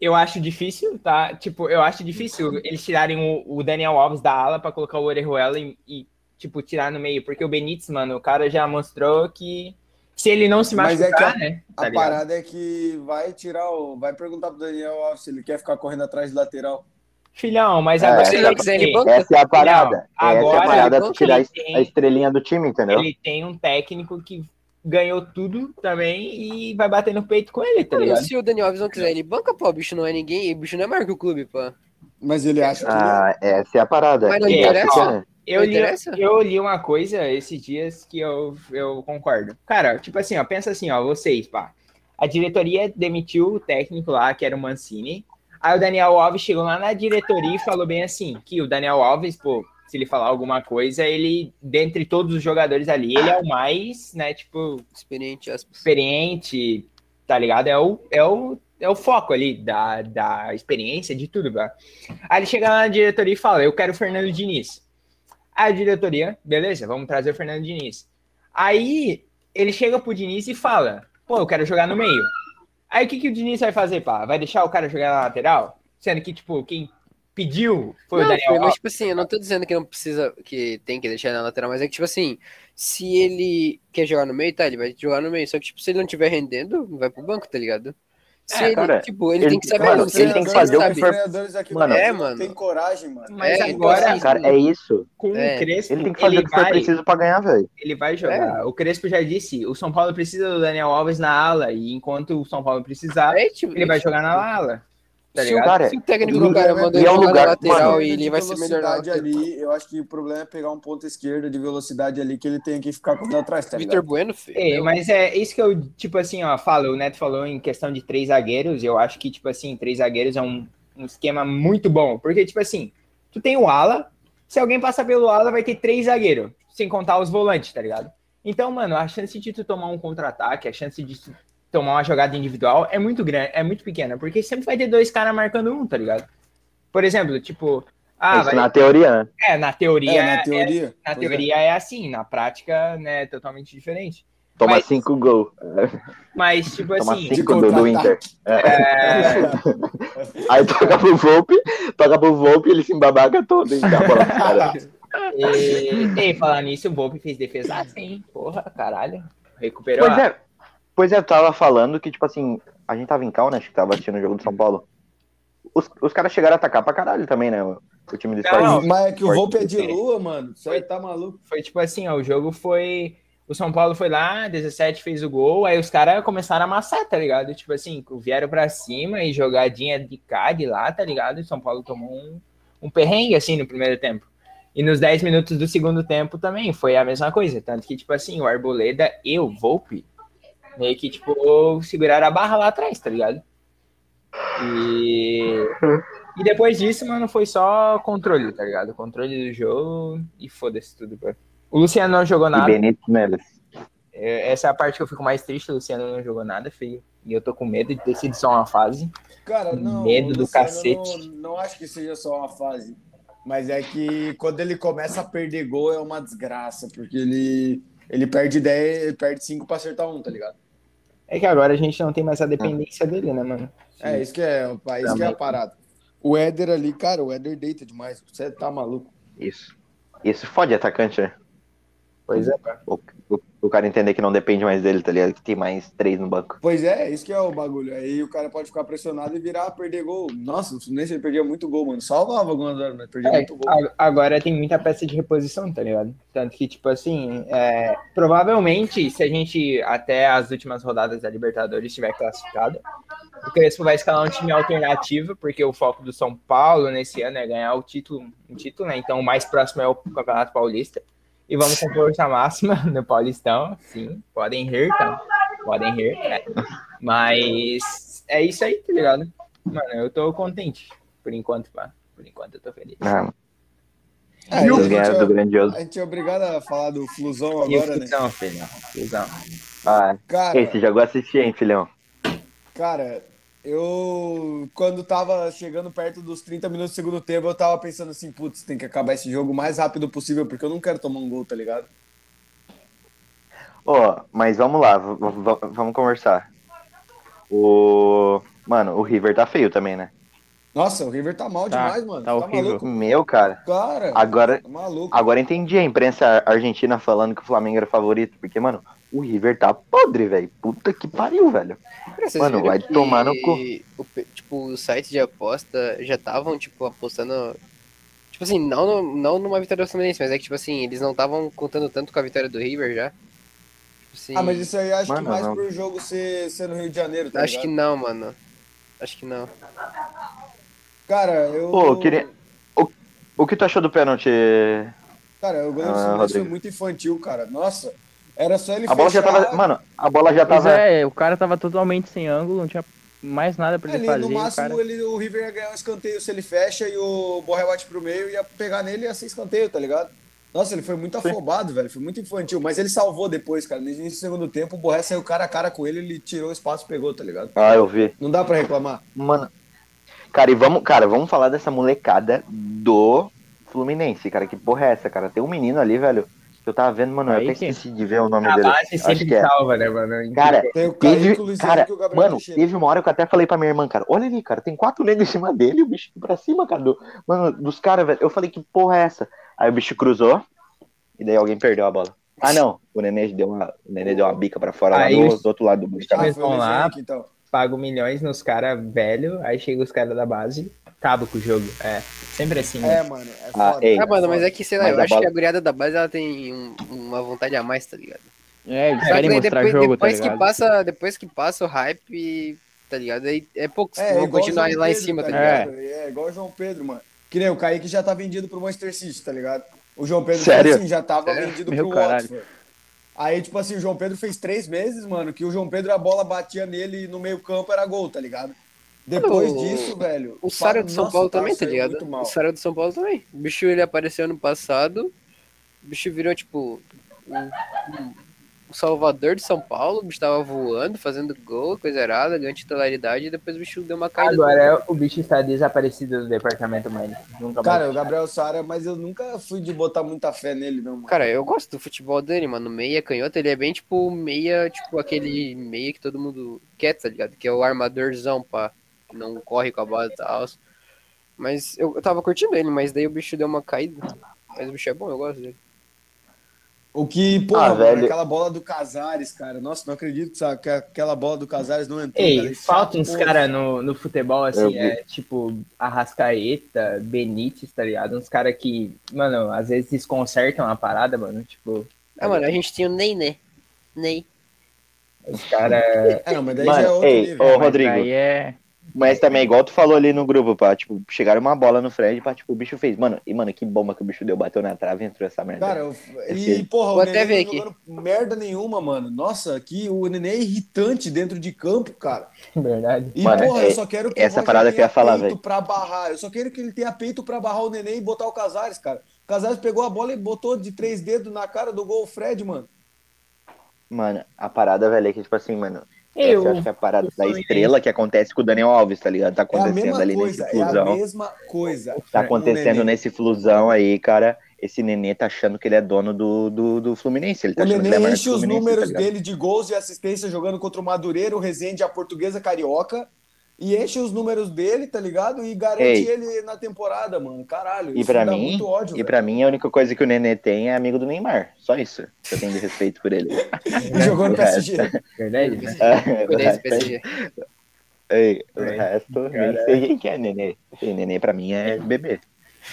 D: Eu acho difícil, tá? Tipo, eu acho difícil eles tirarem o, o Daniel Alves da ala pra colocar o Orejuela e, e, tipo, tirar no meio. Porque o Benítez, mano, o cara já mostrou que se ele não se
A: Mas é
D: machucar,
A: que
D: né?
A: A
D: Tá ligado?
A: parada é que vai tirar o. Vai perguntar pro Daniel Alves se ele quer ficar correndo atrás de lateral.
D: Filhão, mas
E: É,
D: agora...
E: se
B: não quiser, ele banca.
E: Essa é a
D: Não,
E: parada. Essa é a
D: agora,
E: parada
B: então,
E: pra tirar
D: ele tem-
E: a estrelinha do time, entendeu?
D: Ele tem um técnico que ganhou tudo também e vai bater no peito com ele, tá
B: Mano,
D: ligado?
B: se o Daniel Alves não quiser, ele banca, pô. O bicho não é ninguém, o bicho não é maior que o clube, pô.
A: Mas ele acha que.
E: Ah, essa é a parada.
B: Mas não
E: Essa é a
B: interessa.
E: parada.
D: Eu
B: Não
D: li,
B: interessa?
D: eu li uma coisa esses dias que eu, eu concordo. Cara, tipo assim, ó, pensa assim, ó, vocês, pá. A diretoria demitiu o técnico lá, que era o Mancini. Aí o Daniel Alves chegou lá na diretoria e falou bem assim, que o Daniel Alves, pô, se ele falar alguma coisa, ele, dentre todos os jogadores ali, ele é o mais, né, tipo,
B: Experiente, aspas.
D: experiente, tá ligado? É o, é o, é o foco ali da, da experiência, de tudo, velho. Aí ele chega lá na diretoria e fala: Eu quero o Fernando Diniz. Aí a diretoria, beleza, vamos trazer o Fernando Diniz. Aí ele chega pro Diniz e fala: Pô, eu quero jogar no meio. Aí o que, que o Diniz vai fazer, pá? Vai deixar o cara jogar na lateral? Sendo que, tipo, quem pediu foi o
B: Não,
D: Daniel
B: filho, mas
D: Alves.
B: tipo assim, eu não tô dizendo que não precisa, que tem que deixar ele na lateral, mas é que, tipo assim, se ele quer jogar no meio, tá, ele vai jogar no meio. Só que, tipo, se ele não tiver rendendo, vai pro banco, tá ligado? Se
D: É,
B: ele,
E: cara,
B: tipo, ele,
E: ele-
B: tem que saber,
E: mano,
B: não, se
E: ele tem que fazer o
B: sabe.
E: que for-
A: treinadores aqui
E: Mano.
A: no
B: É,
A: Brasil não
B: mano.
A: tem coragem, mano.
D: Mas
B: É,
D: agora,
B: então,
E: Cara, é isso.
D: com
B: É,
D: o Crespo,
E: Ele tem que fazer o que for
D: vai-
E: preciso pra ganhar, velho.
D: ele vai jogar. O Crespo já disse, o São Paulo precisa do Daniel Alves na ala, e enquanto o São Paulo precisar,
B: É, tipo,
D: ele vai jogar na ala. Tá
B: se, o,
D: ligado?
E: Cara,
B: se o técnico
E: e-
B: do cara mandou
E: e
B: ele
E: é um
B: jogar
E: lugar-
B: na lateral
E: mano,
B: e ele
A: de
B: vai ser melhor na
A: velocidade
B: lateral.
A: ali, eu acho que o problema é pegar um ponto esquerdo de velocidade ali que ele tem que ficar correndo atrás, tá
B: Vitor
A: ligado?
B: Bueno, filho. né,
D: É, mas é isso que eu, tipo assim, ó, falo, o Neto falou em questão de três zagueiros, eu acho que, tipo assim, três zagueiros é um, um esquema muito bom, porque, tipo assim, tu tem o ala, se alguém passar pelo ala, vai ter três zagueiros, sem contar os volantes, tá ligado? Então, mano, a chance de tu tomar um contra-ataque, a chance de tu tomar uma jogada individual é muito grande, é muito pequena, porque sempre vai ter dois caras marcando um, tá ligado? Por exemplo, tipo, ah,
E: É Isso
D: vai-
E: na teoria, né?
D: é, na teoria,
A: É, na
D: é-
A: teoria.
D: na
A: pois é.
D: teoria é assim, na prática, né, é totalmente diferente.
E: Toma
D: Mas-
E: cinco gols.
D: Mas, tipo
E: Toma
D: assim,
E: cinco do, do Inter.
D: é,
E: Aí toca pro Volpe, toca pro Volpe, ele se embabaca todo e dá a bola pro cara.
D: e, e falar é, nisso, o Volpe fez defesa assim, porra, caralho. Recuperou.
E: Pois
D: a-
E: é, pois é, eu tava falando que, tipo assim, a gente tava em cal, né? Acho que tava assistindo o jogo do São Paulo. Os, os caras chegaram a atacar pra caralho também, né? mano? O time do
D: Não,
E: Sport.
A: Mas é que o
E: Pode
A: Volpe é de
E: ser.
A: lua, mano. Isso aí tá maluco.
D: Foi tipo assim, ó, o jogo foi. O São Paulo foi lá, 17 fez o gol, aí os caras começaram a amassar, tá ligado? Tipo assim, vieram pra cima e jogadinha de cá, de lá, tá ligado? E o São Paulo tomou um, um perrengue, assim, no primeiro tempo. E nos 10 minutos do segundo tempo também foi a mesma coisa. Tanto que, tipo assim, o Arboleda e o Volpe meio que, tipo, seguraram a barra lá atrás, tá ligado? E. E depois disso, mano, foi só controle, tá ligado? Controle do jogo e foda-se tudo, bro. O Luciano não jogou
E: E
D: nada.
E: Benito neles.
D: É, Essa é a parte que eu fico mais triste. O Luciano não jogou nada, feio. E eu tô com medo de ter sido só uma fase.
A: Cara, não.
D: Medo
A: o
D: do
A: Luciano
D: cacete.
A: Não, não acho que seja só uma fase. Mas é que quando ele começa a perder gol é uma desgraça, porque ele, ele perde 10, ele perde 5 pra acertar um, tá ligado?
D: É que agora a gente não tem mais a dependência dele, né, mano?
A: É, isso que é, isso que é a parada. O, O Éder ali, cara, o Éder deita demais. Você tá maluco.
E: Isso. Isso fode atacante, né?
A: Pois é,
E: O, o, o cara entender que não depende mais dele, tá ligado? Que tem mais três no banco.
A: Pois é, isso que é o bagulho. Aí o cara pode ficar pressionado e virar, perder gol. Nossa, o Fluminense ele perdia muito gol, mano. Salvava algumas horas, mas perdia
D: É,
A: muito gol.
D: a- agora tem muita peça de reposição, tá ligado? Tanto que, tipo assim, é, provavelmente, se a gente até as últimas rodadas da Libertadores estiver classificado, o Crespo vai escalar um time alternativo, porque o foco do São Paulo nesse ano é ganhar o título, um título, né? Então o mais próximo é o Campeonato Paulista. E vamos com força máxima no Paulistão, sim. Podem rir, tá? Podem rir, né? Mas é isso aí, tá ligado? Mano, eu tô contente. Por enquanto, mano. Por enquanto eu tô feliz.
E: Ah,
A: Ah,
E: vocês
A: a, gente
E: ganharam do
A: é,
E: grandioso.
A: a gente é obrigado a falar do Flusão
D: E o
A: agora, né?
D: Fusão, filhão. Fusão.
E: Ah,
A: Cara,
E: esse jogou assistir, hein, filhão?
A: Cara, eu quando tava chegando perto dos 30 minutos do segundo tempo, eu tava pensando assim, putz, tem que acabar esse jogo o mais rápido possível, porque eu não quero tomar um gol, tá ligado?
E: Ó, mas vamos lá, v- v- vamos conversar. O. Mano, o River tá feio também, né?
A: Nossa, o River tá mal
C: Tá,
A: demais, mano.
C: tá horrível.
A: maluco,
E: Meu, cara.
A: cara.
E: Agora,
A: Tá maluco.
E: agora entendi a imprensa argentina falando que o Flamengo era favorito, porque, mano, o River tá podre, velho. Puta que pariu, velho.
B: Cara, vocês
E: Mano,
B: viram
E: vai
B: que
E: tomar no cu.
B: o pe- tipo, os sites de aposta já estavam, tipo, apostando. Tipo assim, não, no- não numa vitória do Fluminense, mas é que, tipo assim, eles não estavam contando tanto com a vitória do River já. Tipo assim,
A: Ah, mas isso aí acho que
E: Mano,
A: mais
E: não.
A: pro jogo ser, ser no Rio de Janeiro, tá
B: acho que
A: ligado?
B: não, mano. Acho que não.
A: Cara, eu.
E: Pô, eu queria- O que tu achou do pênalti?
A: Cara, o goleiro do
E: Ah,
A: Fluminense foi
E: Rodrigo.
A: muito infantil, cara. Nossa, era só ele
E: A bola já
A: fechar-
E: tava. Mano, a bola já
C: Pois
E: tava.
C: é, o cara tava totalmente sem ângulo, não tinha mais nada pra ele
A: Ali,
C: fazer.
A: no
C: o
A: máximo,
C: cara-
A: ele, o River ia ganhar um escanteio se ele fecha e o Borré bate pro meio, ia pegar nele e ia ser escanteio, tá ligado? Nossa, ele foi muito afobado, velho. Foi muito infantil. Mas ele salvou depois, cara. No início do segundo tempo, o Borré saiu cara a cara com ele, ele tirou o espaço e pegou, tá ligado?
E: Ah, eu vi.
A: Não dá pra reclamar.
E: Mano. Cara, e vamos, cara, vamos falar dessa molecada do Fluminense, cara. Que porra é essa, cara? Tem um menino ali, velho, que eu tava vendo, mano,
C: Aí
E: eu até
C: quem?
E: esqueci de ver o nome
D: A
E: dele.
D: base
E: Acho que
D: sempre
E: é.
D: salva, né, mano?
E: Cara,
A: Tem o
E: teve,
A: Henrique, o Luiz
E: cara,
A: Henrique e o Gabriel
E: mano,
A: Teixeira.
E: teve uma hora que eu até falei pra minha irmã, cara, olha ali, cara, tem quatro negros em cima dele, e o bicho pra cima, cara, do, mano, dos caras, velho. Eu falei, que porra é essa? Aí o bicho cruzou, e daí alguém perdeu a bola. Ah, não, o Nenê deu uma, o Nenê deu uma bica pra fora lá
D: Aí
E: do,
D: os-
E: do outro lado do bicho.
A: Ah,
E: cara.
A: foi o
D: Eles vão
A: Luiz
D: lá.
A: Henrique, então.
D: Pago milhões nos caras velho, aí chega os caras da base, acaba com o jogo. É, sempre assim. né?
A: É, mano, é foda.
E: ei.
B: Ah, mano, mas é que, sei lá,
E: Mas
B: eu
E: a
B: acho
E: bola-
B: que a guriada da base ela tem um- uma vontade a mais, tá ligado?
C: É, eles
B: Só que
C: querem
B: daí
C: mostrar
B: depois,
C: jogo,
B: depois
C: tá ligado?
B: que passa, depois que passa o hype, tá ligado? Aí é pouco
A: É,
B: vão
A: igual o
B: continuar
A: João
B: lá em
A: Pedro,
B: cima, tá
A: tá
B: ligado?
A: ligado? É, igual o João Pedro, mano. Que nem o Kaique já tá vendido pro Manchester City, tá ligado? O João Pedro
E: Sério?
A: assim, já tava
B: Sério? É?
A: vendido
C: Meu
A: pro
C: caralho.
A: Watford. Aí, tipo assim, o João Pedro fez três meses, mano, que o João Pedro, a bola batia nele no meio campo, era gol, tá ligado? Depois
B: O-
A: disso, velho...
B: O Sara do
A: Fábio-
B: São
A: Nossa,
B: Paulo
A: cara,
B: também, tá
A: saiu
B: ligado?
A: muito mal.
B: O Sara do São Paulo também. O bicho ele apareceu ano passado. O bicho virou tipo o, o- o Salvador de São Paulo. O bicho tava voando, fazendo gol, coisa errada, ganhando titularidade. E depois o bicho deu uma caída.
D: Agora o bicho está desaparecido do departamento, mano. Nunca
A: Cara, o Gabriel Sara, mas eu nunca fui de botar muita fé nele, não, mano.
B: Cara, eu gosto do futebol dele, mano. Meia canhota, ele é bem tipo meia, tipo aquele meia que todo mundo quer, tá ligado? Que é o armadorzão, pá. que Não corre com a bola e tal. Mas eu, eu tava curtindo ele, mas daí o bicho deu uma caída. Mas o bicho é bom, eu gosto dele.
A: O que, pô,
E: Ah,
A: mano,
E: velho.
A: aquela bola do Casares, cara. Nossa, não acredito sabe, que aquela bola do Casares não entrou. cara.
D: Ei,
A: É
D: falta
A: chato,
D: uns
A: pô.
D: caras no, no futebol,
E: Eu
D: assim,
E: vi.
D: é tipo Arrascaeta, Benítez, tá ligado? Uns caras que, mano, às vezes desconcertam a parada, mano. Tipo,
B: Ah, mano, a gente tinha o Ney, né? Ney.
D: os caras.
A: É, não, mas daí já é
E: Mano,
A: outro
E: ei,
A: nível.
E: ô
C: Mas
E: Rodrigo,
C: Aí é...
E: Mas também, igual tu falou ali no grupo, pá, tipo, chegaram uma bola no Fred, pá, tipo, o bicho fez. Mano, e mano, que bomba que o bicho deu, bateu na trave e entrou essa merda.
A: Cara, eu- e
E: Esse-
A: porra,
B: Vou
A: o
B: até
A: Nenê
B: ver
A: não
B: aqui.
A: jogando merda nenhuma, mano. Nossa, que o Nenê é irritante dentro de campo, cara.
D: Verdade.
A: E
E: Mano,
A: porra,
E: é-
A: eu só quero que o
E: essa
A: Roger
E: parada que eu
A: tenha
E: ia falar,
A: peito
E: velho.
A: pra barrar. Eu só quero que ele tenha peito pra barrar o Nenê e botar o Casares, cara. O Casares pegou a bola e botou de três dedos na cara do gol o Fred, mano.
E: Mano, a parada, velho, é que, tipo assim, mano,
D: Eu.
E: essa eu acho que é a parada
D: o
E: da
D: Fluminense-
E: estrela que acontece com o Daniel Alves, tá ligado? Tá
A: É a
E: acontecendo
A: mesma
E: ali
A: coisa,
E: nesse
A: é a
E: flusão.
A: mesma coisa. É,
E: Tá
A: O Nenê.
E: acontecendo nesse flusão aí, cara. Esse nenê tá achando que ele é dono do, do, do Fluminense. Ele tá
A: O
E: achando que
A: Nenê
E: ele é maior que
A: enche
E: o
A: os
E: Fluminense,
A: números
E: tá ligado?
A: dele de gols e assistência jogando contra o Madureira, o Resende, a Portuguesa Carioca. e enche os números dele, tá ligado? E garante
E: Ei.
A: ele na temporada, mano. Caralho.
E: E
A: isso
E: pra
A: dá
E: mim-
A: muito ódio.
E: E
A: velho.
E: pra mim, a única coisa que o Nenê tem é amigo do Neymar. Só isso que eu tenho de respeito por ele.
A: E jogou no
E: O resto-
A: PSG.
D: Verdade, né?
B: Cuidado desse PSG.
E: é- Ei, o
D: Ei,
E: resto, nem
D: cara.
E: sei quem que é Nenê. Ei, Nenê pra mim é bebê.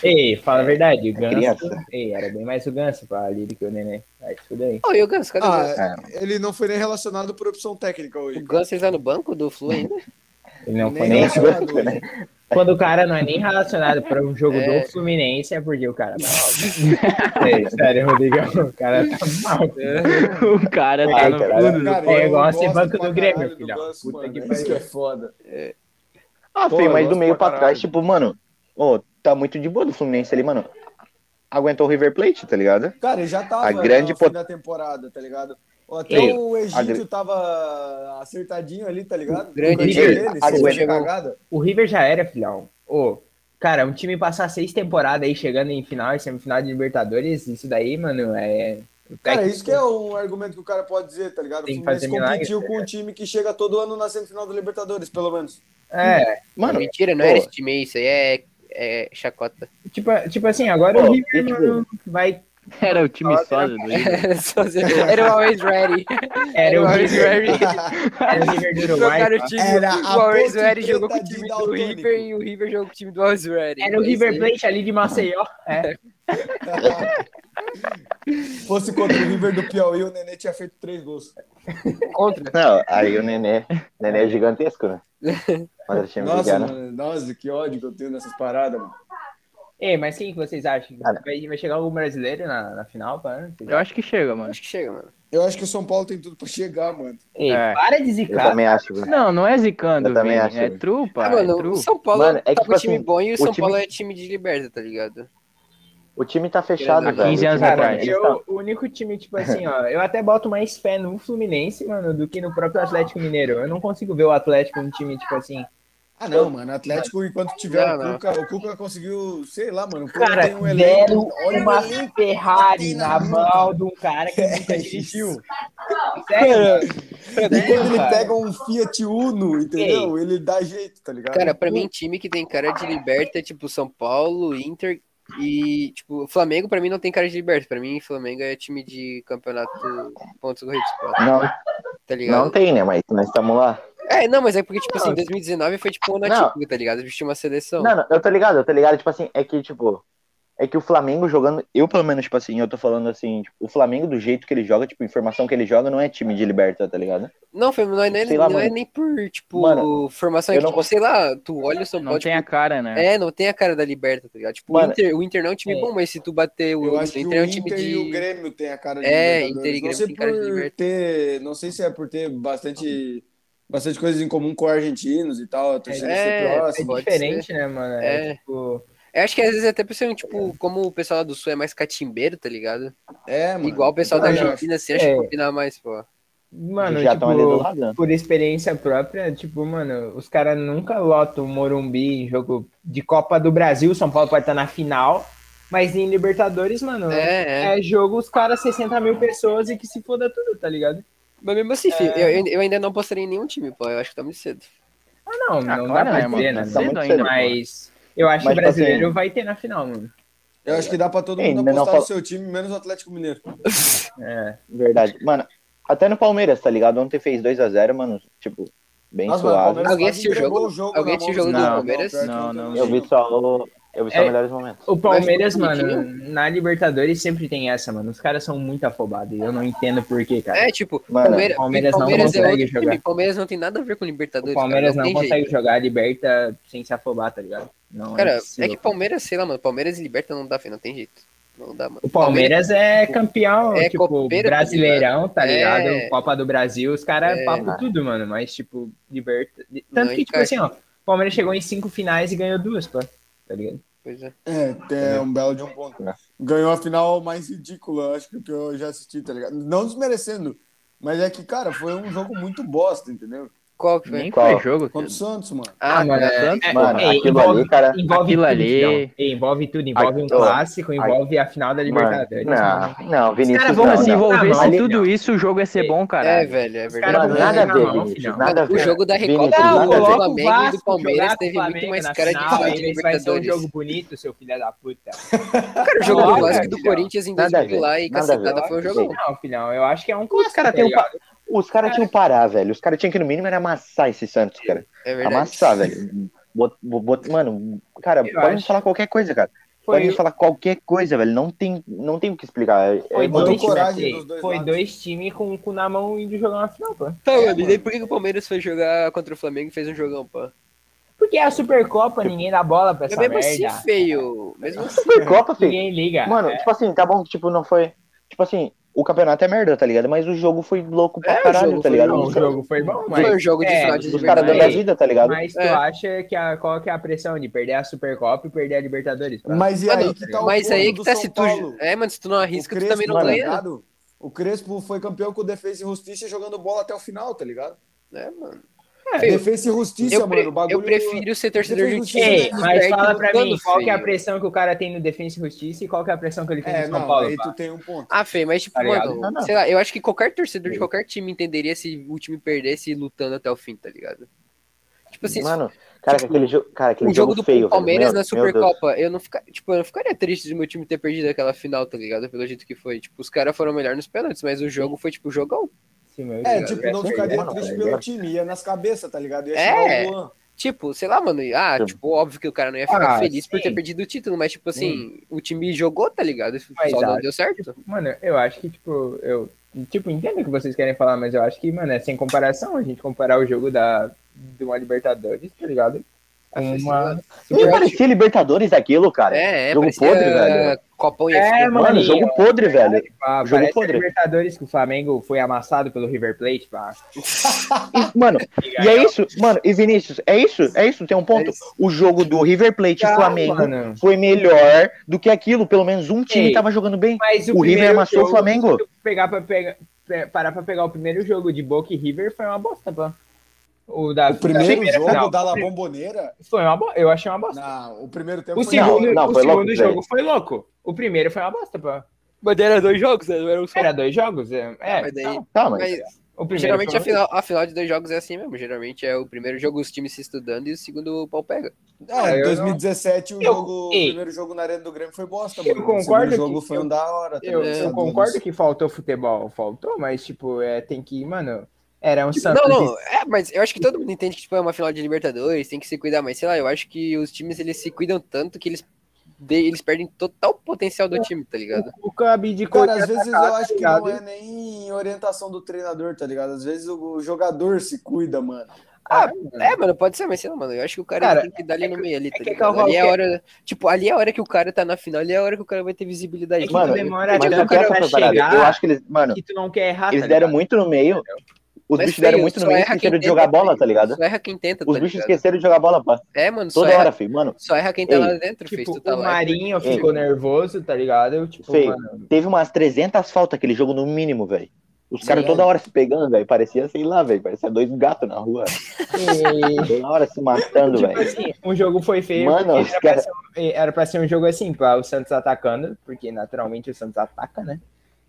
D: Ei, fala a verdade, o Ganso.
E: criança.
D: Ei, era bem mais o Ganso pra Lili que o Nenê. Aí tudo aí.
B: Ô, e o Ganso, cadê o Ganso?
A: Ah, ele não foi nem relacionado por opção técnica
B: O
A: hoje.
B: Ganso ele tá no banco do Flu ainda?
D: Ele não foi
A: Nem
D: nem.
A: relacionado.
D: Quando o cara não é nem relacionado para um jogo
B: É.
D: do Fluminense, é porque o cara tá mal. Ei, Sério, Rodrigão, o cara tá mal.
C: O cara tá
D: Ai,
C: no
D: caralho.
C: fundo.
A: Cara,
C: do-
A: eu
D: negócio é
A: gosto
D: banco
A: pra
D: do Grêmio,
A: caralho do
D: filhão.
A: Ganso,
D: Puta
A: mano,
D: que
A: é
D: pariu.
A: Isso que é foda.
E: Ah,
A: Pô,
E: filho,
A: eu
E: mas do
A: gosto
E: meio
A: pra
E: pra, trás,
A: caralho.
E: tipo, mano, ô, tá muito de boa do Fluminense ali, mano. Aguentou o River Plate, tá ligado?
A: Cara, ele já tava
E: A grande
A: no fim
E: pot-
A: da temporada, tá ligado? Ó, Até
E: Ei,
A: o Egito
E: gr-
A: tava acertadinho ali, tá ligado?
B: grande
A: cantinho
E: Egito,
A: dele,
E: a
A: sem
E: grande-
A: fazer cagada.
D: O River já era, filhão. Ô, cara, um time passar seis temporadas aí chegando em final e semifinal de Libertadores, isso daí, mano, é. o
A: Cara,
D: técnico-
A: isso que é um argumento que o cara pode dizer, tá ligado? O
D: Tem que
A: Fluminense
D: fazer milagre,
A: competiu com um time que chega todo ano na semifinal da Libertadores, pelo menos.
D: É,
E: Mano,
B: Mentira, não
E: pô.
B: era esse time aí, isso aí é, é chacota.
D: tipo, tipo assim, agora
E: Pô,
D: o River,
E: e, tipo,
D: mano, vai.
C: Era o time né? sólido.
B: É, Só se- era o Always Ready.
D: Era o
B: Always
D: River,
B: Ready.
D: era o River do Uruguai.
B: Trocaram o
D: cara.
B: time.
A: Era
B: o
A: a
B: Always
A: ponte
B: Ready jogou com
A: preta
B: o time
A: de
B: do
A: Daltônico.
B: River e o River jogou com o time do Always Ready.
D: Era
B: É
D: o
B: isso
D: River
B: aí.
D: Plate ali de Maceió. É.
A: Fosse contra o River do Piauí, o Nenê tinha feito três gols.
B: Contra.
E: não, aí o Nenê, Nenê é gigantesco, né? Mas o time
A: Nossa,
E: pequeno.
A: mano, nossa, que ódio que eu tenho nessas paradas, mano.
D: Ei, mas quem que vocês acham?
E: Cara.
D: Vai, vai chegar algum brasileiro na, na final, né? para?
C: Eu acho que chega, mano.
B: Acho que chega, mano.
A: Eu acho que o São Paulo tem tudo pra chegar, mano.
D: Ei,
C: É.
D: para de
E: Eu
D: zicar.
E: também acho, velho.
C: Não, não é zicando,
E: Eu também
C: Vini.
E: acho.
C: É true,
B: Ah,
C: pai. é
B: mano,
C: true.
B: o São Paulo
E: Mano, é que,
B: tá com
E: tipo
B: um time
E: assim,
B: bom e o,
E: o
B: São
E: time-
B: Paulo é time de liberta, tá ligado?
E: O time tá fechado,
B: Há
E: velho.
C: 15
E: O
C: anos
E: time-
D: Cara,
C: atrás.
E: é. eles tão-
D: eu, o único time, tipo assim, ó, eu até boto mais fé no Fluminense, mano, do que no próprio Atlético Mineiro. Eu não consigo ver o Atlético um time, tipo assim.
A: Ah, não, mano. Atlético, enquanto tiver
B: Não,
A: o
B: não.
A: Cuca, o Cuca conseguiu, sei lá, mano. O Cuca
D: Cara,
A: tem um elenco.
D: deram
A: Olha
D: uma
A: o elenco.
D: Ferrari
A: tem na
D: na
A: mão.
D: mão de um cara que nunca
A: É
D: dirigiu.
A: isso.
D: Sério?
A: E quando ele
D: cara.
A: pega um Fiat Uno, entendeu? Ele dá jeito, tá ligado?
B: Cara, pra
E: Uhum.
B: mim, time que tem cara de liberta é tipo São Paulo, Inter e, tipo, Flamengo pra mim não tem cara de liberta. Pra mim, Flamengo é time de campeonato pontos corridos, pô,
E: Não,
B: tá ligado?
E: não tem, né? Mas nós estamos lá.
B: É, não, mas é porque, tipo
D: Não,
B: assim,
D: isso-
B: 2019 foi tipo um
E: Não.
B: nativo, tá ligado? A gente tinha uma
C: Então.
B: seleção.
E: Não, não, eu tô ligado, eu tô ligado, tipo assim, é que, tipo, é que o Flamengo jogando, eu pelo menos, tipo assim, eu tô falando assim, tipo, o Flamengo do jeito que ele joga, tipo, informação que ele joga não é time de liberta, tá ligado?
B: Não, foi, não, é, nem-
E: Sei lá,
B: não é
E: mano.
B: nem por, tipo,
E: Mano,
B: formação. É
E: eu
B: que,
E: não
B: tipo, sei lá, tu olha o São Paulo.
C: Não tem a
B: tipo,
C: cara, né?
B: É, não tem a cara da Liberta, tá ligado? Tipo, o
E: Mano,
B: Inter, o Inter não é um time
D: é.
B: bom, mas se tu bater o,
A: Eu acho
B: o
A: que
B: Inter é
A: o
B: um time
A: Inter e o
B: de.
A: Grêmio tem a cara de
B: É,
A: Libertadores.
B: Inter e
A: não
B: Grêmio
A: sei
B: tem cara de
A: por
B: Liberta.
A: ter, não sei se é por ter bastante, bastante coisas em comum com argentinos e tal, a torcida
B: É,
A: ser
D: É
A: próxima.
B: Pode
D: diferente, né, mano?
B: É.
D: tipo,
B: Eu acho que às vezes até por ser, um, tipo, como o pessoal lá do Sul é mais catimbeiro, tá ligado?
A: É, mano.
B: Igual o pessoal da
A: Eu acho.
B: Argentina, assim, acho que
D: É.
B: combina mais, pô.
D: mano,
E: já estão ali do
D: tipo,
E: lado. né?
D: por experiência própria, tipo, mano, os caras nunca lotam o Morumbi em jogo de Copa do Brasil, São Paulo pode estar na final, mas em Libertadores, mano, é,
B: É, é.
D: jogo os caras 60 mil pessoas e que se foda tudo, tá ligado?
B: Mas mesmo assim, filho, eu, eu ainda não apostaria em nenhum time, pô. Eu acho que tá muito cedo.
D: Ah, não,
C: Ah,
D: não
C: claro,
D: dá pra
C: né,
D: dizer,
C: mano?
D: né?
E: Tá
C: Cedo
E: muito
C: ainda,
E: cedo,
D: Mas eu acho
E: Mas,
D: que o
E: tipo assim,
D: brasileiro vai ter na final, mano.
A: Eu acho que dá pra todo
E: Ei,
A: mundo
E: não
A: apostar
E: fala-
A: no seu time, menos o Atlético Mineiro.
D: É.
E: Verdade. Mano, até no Palmeiras, tá ligado? Ontem fez 2x0, mano, tipo, bem
A: Nossa, mano, o
E: suave.
A: Palmeiras
B: Alguém
A: quase
B: assistiu o
A: entregou
B: jogo? Alguém
A: na
B: assistiu
A: mão
B: o jogo
C: do
A: Palmeiras.
B: Palmeiras?
A: pior que
C: Não, não,
E: Eu vi só o- eu vi só
D: É.
E: melhores momentos.
D: O Palmeiras,
B: Mas,
D: mano, na Libertadores sempre tem essa, mano. Os caras são muito afobados e eu não entendo por quê, cara.
B: É, tipo,
E: Mano,
B: Palmeiras,
D: Palmeiras não
B: Palmeiras é
D: consegue
B: outro time,
D: jogar.
B: Palmeiras não tem nada a ver com Libertadores.
D: O Palmeiras
B: cara,
D: não
B: tem
D: consegue
B: jeito.
D: jogar a Liberta sem se afobar, tá ligado? Não,
B: Cara, é
D: impossível.
B: que Palmeiras, sei lá, mano, Palmeiras e Liberta não dá, filho, não tem jeito. Não dá, mano.
D: O Palmeiras é campeão,
B: É
D: tipo,
B: copeiro,
D: brasileirão, tá ligado?
B: É.
D: Copa do Brasil, os caras
B: É.
D: papam tudo, mano. Mas, tipo, liberta.
B: Não
D: Tanto que, tipo
B: encaixa.
D: assim, ó, o Palmeiras chegou em cinco finais e ganhou duas, pô. Tá ligado?
B: Pois é.
A: É, tem um belo de um ponto. Ganhou a final mais ridícula, acho que que eu já assisti, tá ligado? Não desmerecendo, mas é que, cara, foi um jogo muito bosta, entendeu?
B: Qual que foi?
C: Nem
E: Qual?
C: foi jogo.
E: É.
A: Contra o Santos, mano.
B: Ah,
D: mano,
B: cara.
C: é-
D: é-
E: Mano,
D: é,
E: aquilo
D: envolve-
E: ali, cara.
D: Envolve
C: Aquilo
D: tudo,
C: ali-
D: João. É, envolve tudo, envolve um
E: Aquilo-
D: clássico, envolve a final da
E: Mano,
D: Libertadores. mano.
E: não, não, Vinícius.
D: caras vão
E: não,
C: Vamos se
E: não.
C: envolver.
D: Não,
C: Se
D: não.
C: tudo isso, o jogo ia ser bom,
B: É,
C: caralho.
B: velho, é verdade.
D: caras
E: Mano,
D: vão
E: nada a
D: jogar
E: ver,
D: mal,
E: Vinícius.
D: filhão.
E: Nada a
B: o
E: ver.
B: jogo da
D: Ah,
E: Vinícius,
B: Recopa
D: tá
E: nada a
B: do
E: ver.
D: coloca
B: Flamengo e do Palmeiras
D: jogar com o
B: teve muito
D: Flamengo
B: mais
D: na
B: cara de
D: final,
B: final de
D: aí Vai ser um
B: Libertadores.
D: jogo bonito, seu filho da puta.
B: Cara, o jogo do
D: Coloca,
B: Vasco e do
D: filhão.
B: Corinthians em
E: Nada a
B: 2000 lá e
E: ver, nada a
B: cacetada
E: ver.
B: foi um o jogo.
D: Não, filhão, eu acho que é um
E: Os
D: clássico.
E: caras
D: tá
E: tinham
D: ligado?
E: Os caras tinham que parar, velho. Os caras tinham que, no mínimo, era amassar esse Santos, cara.
B: É verdade.
E: Amassar, velho. Bot- bo- bot- mano, cara,
D: Eu
E: pode me
D: acho.
E: falar qualquer coisa, cara. Pode
D: Foi,
E: me falar qualquer coisa, velho. Não tem, não tem o que explicar. É-
D: foi
E: é-
A: botou
D: dois,
A: coragem
D: times,
A: dos dois
D: foi
A: lados.
D: dois times com, com na mão indo jogar uma final, pô.
B: Tá,
A: É,
B: mano, e
A: mano.
B: daí por que que o Palmeiras foi jogar contra o Flamengo e fez um jogão, pô?
D: Porque é a Supercopa, ninguém dá bola pra
B: Mas
D: essa
B: mesmo
D: merda.
B: assim, feio. Mesmo assim,
E: Supercopa, filho.
D: Ninguém liga.
E: Mano, tipo assim, tá bom que tipo, não foi. Tipo assim, o campeonato é merda, tá ligado? Mas o jogo foi louco pra
B: É, o
E: caralho,
B: jogo
E: tá
B: foi
E: ligado?
D: Não, o
E: Os caras-
D: jogo foi bom, mas...
B: foi um jogo de
D: é,
B: final de
E: Os caras dando a
B: Libertadores.
E: vida, tá ligado?
D: Mas tu
B: É.
D: acha que a, qual que é a pressão de perder a Supercopa e perder a Libertadores? pô?
A: Mas e
B: Mano,
A: aí que tá o
B: Mas
A: ponto
B: aí é
A: do
B: que tá
A: São
B: se tu.
A: Paulo?
B: É, mano, se tu não
A: O
B: arrisca, tu
A: Crespo,
B: também não
A: tá
B: ganha.
A: ligado? O Crespo foi campeão com o Defesa e Justiça jogando bola até o final, tá ligado?
B: É, mano.
D: É,
A: Defesa e Justiça,
B: Eu, pre-
A: mano. O bagulho é
B: eu prefiro ser torcedor
A: Defesa e
B: justiça.
A: Justiça,
D: Ei,
B: do que
D: mas
B: Liberty
D: fala pra
B: lutando,
D: mim, qual que é a
B: feio.
D: pressão que o cara tem no Defensa e Justiça e qual que é a pressão que ele tem
A: É,
D: no São
A: não,
D: Paulo?
A: aí
D: pá?
A: tu tem um ponto.
B: Ah, feio, mas tipo,
D: Tá ligado?
B: mano,
E: Não, não.
B: sei lá, eu acho que qualquer torcedor de qualquer time entenderia se o time perdesse lutando até o fim, tá ligado? Tipo assim,
E: Mano, cara,
B: tipo,
E: aquele jogo. Cara, aquele
B: o jogo do
E: feio, velho.
B: Palmeiras né,
E: Meu-
B: na
E: meu Deus.
B: Supercopa, eu não, fica, tipo, eu não ficaria triste de meu time ter perdido aquela final, tá ligado? Pelo jeito que foi. Tipo, os caras foram melhor nos pênaltis, mas o jogo foi, tipo, jogão.
D: Sim, meu
A: É,
D: Deus.
A: tipo, não
D: Essa
A: ficaria
D: ideia,
E: mano,
A: triste
E: é
A: pelo
E: verdade.
A: time, ia nas cabeças, tá ligado? Ia
B: É.
A: tirar o Luan.
B: Tipo, sei lá, mano, e- ah,
E: Sim.
B: tipo, óbvio que o cara não ia ficar
D: Ah,
B: feliz por
D: sim.
B: ter perdido o título, mas, tipo assim, o time jogou, tá ligado?
D: Mas
B: Só não
D: acho
B: deu certo.
D: Mano, eu acho que, tipo, eu. Tipo, entendo o que vocês querem falar, mas eu acho que, mano, é sem comparação a gente comparar o jogo da, de uma Libertadores, tá ligado? Com
B: Ah,
D: uma.
E: Nem parecia Libertadores aquilo, cara.
B: É, é,
E: Jogo
B: parecia
E: podre, velho.
B: Copão e F1.
D: É, mano,
E: Mano,
D: aí,
E: jogo podre, velho.
D: Ah,
E: Jogo
D: parece
E: podre.
D: a Libertadores que o Flamengo foi amassado pelo River Plate, pá.
E: E, Mano, e é isso, mano, e Vinícius, é isso, é isso, tem um ponto. O jogo do River Plate e
D: Ah,
E: Flamengo
D: mano.
E: foi melhor do que aquilo, pelo menos um time
D: Ei,
E: tava jogando bem.
D: Mas
E: O River
D: primeiro
E: amassou o
D: jogo,
E: Flamengo.
D: se tu Pegar pra pegar, pe- parar pra pegar o primeiro jogo de Boca e River foi uma bosta, pô. O, da,
A: O primeiro
D: da-
A: jogo
D: não,
A: da La Bomboneira,
D: foi uma bo... eu achei uma bosta.
A: não, o primeiro tempo
D: O
A: foi da hora.
D: segundo,
E: não,
D: o
E: foi
D: segundo
E: louco,
D: jogo
E: velho.
D: foi louco. O primeiro foi uma bosta, pô.
B: Mas era dois jogos, né? Não era um só.
D: Era dois jogos? É, é,
B: mas daí-
D: não,
E: Tá, mas,
B: Mas, é,
D: o primeiro
B: geralmente
D: foi
B: a final, a final de dois jogos é assim mesmo. Geralmente é o primeiro jogo os times se estudando e o segundo o pau pega.
A: É,
D: eu
A: em
D: não-
A: 2017 o,
D: Eu-
A: jogo, o
D: Ei.
A: primeiro jogo na Arena do Grêmio foi bosta,
D: Eu
A: mano.
D: concordo
A: o segundo jogo
D: que-
A: foi um da hora.
D: Eu,
A: também,
B: É.
A: sabe?
D: eu concordo que faltou futebol, faltou, mas, tipo, é, tem que, mano, era um Santos.
B: Não, não, é, mas eu acho que todo mundo entende que tipo, é uma final de Libertadores, tem que se cuidar, mas sei lá, eu acho que os times eles se cuidam tanto que eles, de- eles perdem total potencial do time, tá ligado?
D: O Cuca abdicou
A: Cara,
D: de
A: às vezes eu
D: atacar, tá
A: acho que
D: ligado?
A: não é nem orientação do treinador, tá ligado? Às vezes o o jogador se cuida, mano.
D: Ah,
B: É, mano, pode ser, mas sei lá, mano, eu acho que o cara,
D: Cara,
B: tem que dar ali
D: é
B: no
D: que-
B: meio ali, tá
D: é que é
B: ligado?
D: que eu
B: Ali é a
D: falo
B: hora, tipo, ali é a hora que o cara tá na final, ali é a hora que o cara vai ter visibilidade. Tipo,
D: É tá que
E: mano,
D: tu demora
E: mas
D: até
E: eu
D: o cara
E: quero essa parada.
D: chegar
E: Eu acho que eles, mano,
D: que tu não quer
B: Ah,
D: errar,
E: eles
D: tá
E: deram
D: ligado?
E: muito no meio. Os
B: Mas,
E: bichos deram
B: feio,
E: muito no
B: só
E: meio e
B: erra quem
E: esqueceram de
B: tenta,
E: jogar bola,
B: feio.
E: tá ligado?
B: Só erra quem tenta,
E: Os
B: tá
E: bichos
B: ligado?
E: esqueceram de jogar bola, pá.
B: É, mano, só
E: Toda
B: erra,
E: hora, filho, mano.
B: só erra quem tá
E: Ei,
B: lá dentro, fez
D: Tipo,
B: tu tá
D: o
B: lá.
D: Marinho
E: Ei.
D: ficou nervoso, tá ligado? Tipo,
E: Feio.
D: mano,
E: Teve umas 300 faltas aquele jogo no mínimo, velho. Os
B: Sim,
E: caras
B: é.
E: toda hora se pegando, velho. Parecia, sei lá, velho. Parecia dois gatos na rua.
D: e-
E: Toda hora se matando,
D: tipo
E: velho.
D: assim, o jogo foi feio.
E: Mano,
D: porque
E: os
D: era, pra
E: cara-
D: ser, um- era pra ser um jogo assim, pra o Santos atacando, porque naturalmente o Santos ataca, né?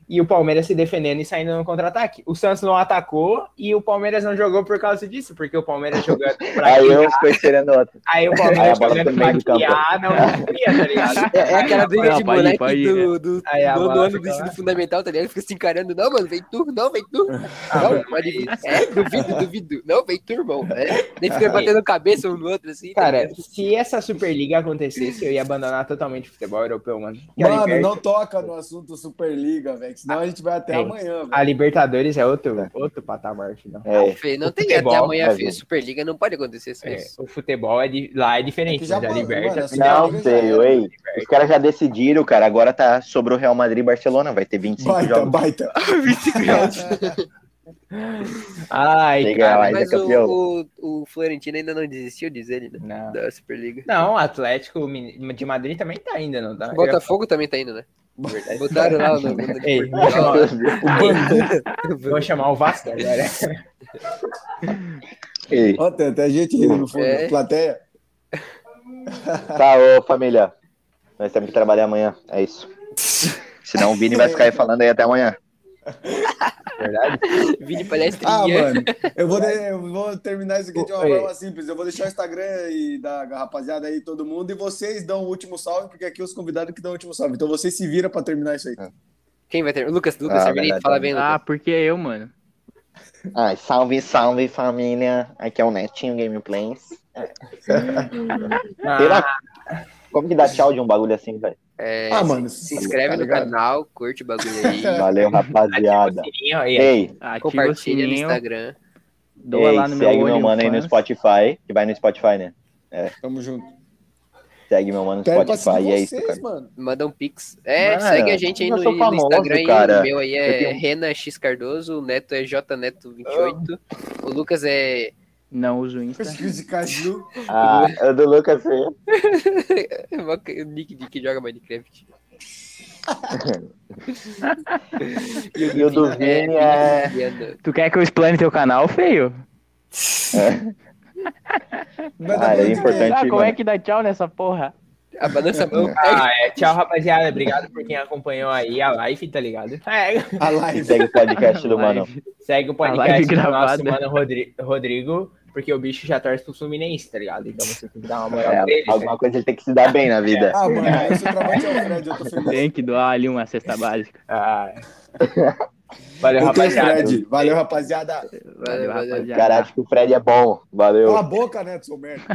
D: E o Palmeiras se defendendo e saindo no contra-ataque. O Santos não atacou e o Palmeiras não jogou por causa disso, porque o Palmeiras jogando pra
E: Aí eu ficou esperando outro.
D: Aí o
E: Aí a
D: Palmeiras
E: bola
D: jogando
E: também do
D: pra criar, não queria, tá ligado?
B: É, é aquela briga
C: Não,
B: de
C: pra ir,
B: moleque
C: pra ir,
B: do, do,
D: Aí a
B: nono
D: bola
B: ano do
D: fica lá.
B: ensino fundamental, tá ligado? Fica se encarando, não, mano, vem tu, não, vem tu.
D: Ah,
B: não,
D: mano,
B: pode vir. É, duvido, duvido. Não, vem tu, irmão. É. Nem fica batendo cabeça um no outro, assim. tá
D: Cara,
B: ligado?
D: se essa Superliga acontecesse, eu ia abandonar totalmente o futebol europeu, mano. Porque a
A: Mano,
D: Liber-
A: não toca no assunto Superliga, velho. que Senão a gente vai até
D: Ei.
A: amanhã, velho.
D: A Libertadores é outro, outro patamar, final.
E: É.
B: Fê, não
D: o
B: tem
D: futebol,
B: até amanhã,
E: né,
B: filho.
E: gente?
B: Superliga não pode acontecer isso.
D: É, o futebol é di- lá é diferente,
A: É que já
D: mas a
A: mano, mano,
D: Liberta
A: assim,
E: Não,
A: Não,
E: feio,
A: já
E: ei. Os caras já decidiram, cara. Agora tá sobrou Real Madrid e Barcelona. Vai ter 25
B: tá
A: Baita,
E: jogos.
A: baita.
D: Ai,
E: Chega
D: cara.
E: lá, ainda é
B: Mas
E: campeão.
B: o, o, o Florentino ainda não desistiu, diz ele, né?
D: Não.
B: Da Superliga.
D: Não, o Atlético Min- de Madrid também tá ainda, não tá?
B: Botafogo também tá indo, né? Botaram lá o nome
D: Eu- Ei, vou chamar,
A: O bandido.
D: vou chamar o Vasco agora.
E: Ei,
A: Ó, tem até gente rindo no fundo,
B: É.
A: plateia.
E: Tá, ô família. Nós temos que trabalhar amanhã. É isso. Senão o Vini vai ficar aí falando aí até amanhã.
D: Verdade?
B: Vini
A: Ah,
B: palestrinha.
A: mano, eu vou, de- eu vou terminar isso aqui de uma
B: é.
D: Oi.
A: forma simples. Eu vou deixar o Instagram e da rapaziada aí, todo mundo, e vocês dão o último salve, porque aqui é os convidados que dão o último salve. Então vocês se viram pra terminar isso aí.
B: Quem vai ter? O Lucas, Lucas,
E: Ah,
B: ah, Armelito,
E: verdade,
B: fala bem lá.
C: Ah, porque eu, mano.
E: Ai, salve, salve, família. Aqui é o Netinho Gameplays.
D: Ah,
E: Será? Como que dá tchau de um bagulho assim, velho?
B: É,
A: Ah, mano,
B: Se inscreve
A: tá
B: no
A: ligado?
B: canal, curte o bagulho aí.
E: Valeu, rapaziada.
C: tipo
D: sininho aí.
E: Ei,
C: Ativa o
B: compartilha no
C: sininho,
B: Instagram.
C: assim, é, doa
E: ei,
C: lá no meu
E: segue
C: olho.
E: meu mano aí no
C: fãs.
E: Spotify, que vai no Spotify, né?
A: Tamo junto.
E: Segue meu mano no
A: Quero passar
E: Spotify, e é
A: vocês,
E: isso, cara.
A: mano.
B: Manda um pix. É,
E: Mano,
B: segue a gente aí
E: eu
B: no,
E: sou
B: no
E: famoso,
B: Instagram. hein?
E: cara.
B: O meu aí
E: Eu
B: é
E: tenho- um
B: Rena X Cardoso, o Neto é JNeto28,
E: Ah.
B: o Lucas é...
C: Não uso o Insta.
A: Pesquisa de caju.
E: Ah, eu do Lucas. hein?
B: o Nick de é que joga Minecraft.
E: E o do Vini
C: né?
E: é.
B: Viana.
C: Tu quer que eu explane teu canal, feio?
E: É.
A: Vai
E: Ah,
A: dar
E: é
A: muito
E: importante.
A: bem.
C: Ah, como
E: mano.
C: é que dá tchau nessa porra?
B: A balança a mão.
D: Ah, é, tchau, rapaziada. Obrigado por quem acompanhou aí a live, tá ligado? É,
A: A
E: E
A: live.
E: segue o podcast do mano.
C: Live.
D: segue o
C: A
D: podcast
C: live
D: do nosso
C: gravada.
D: mano Rodri- Rodrigo, porque o bicho já torce pro Fluminense, tá ligado? Então você tem que dar uma moral pra
E: É,
D: ele. né?
E: alguma coisa ele tem que se dar bem na vida.
A: Ah, mano, esse trabalho é o Fred, eu tô feliz.
C: Tem que doar ali uma cesta básica.
D: Ah. Valeu,
A: Eu tenho
D: rapaziada.
A: Fred. Valeu, rapaziada.
C: Valeu, rapaziada.
E: Caraca, o Fred é bom. Valeu.
A: Cala a boca, Neto, seu merda.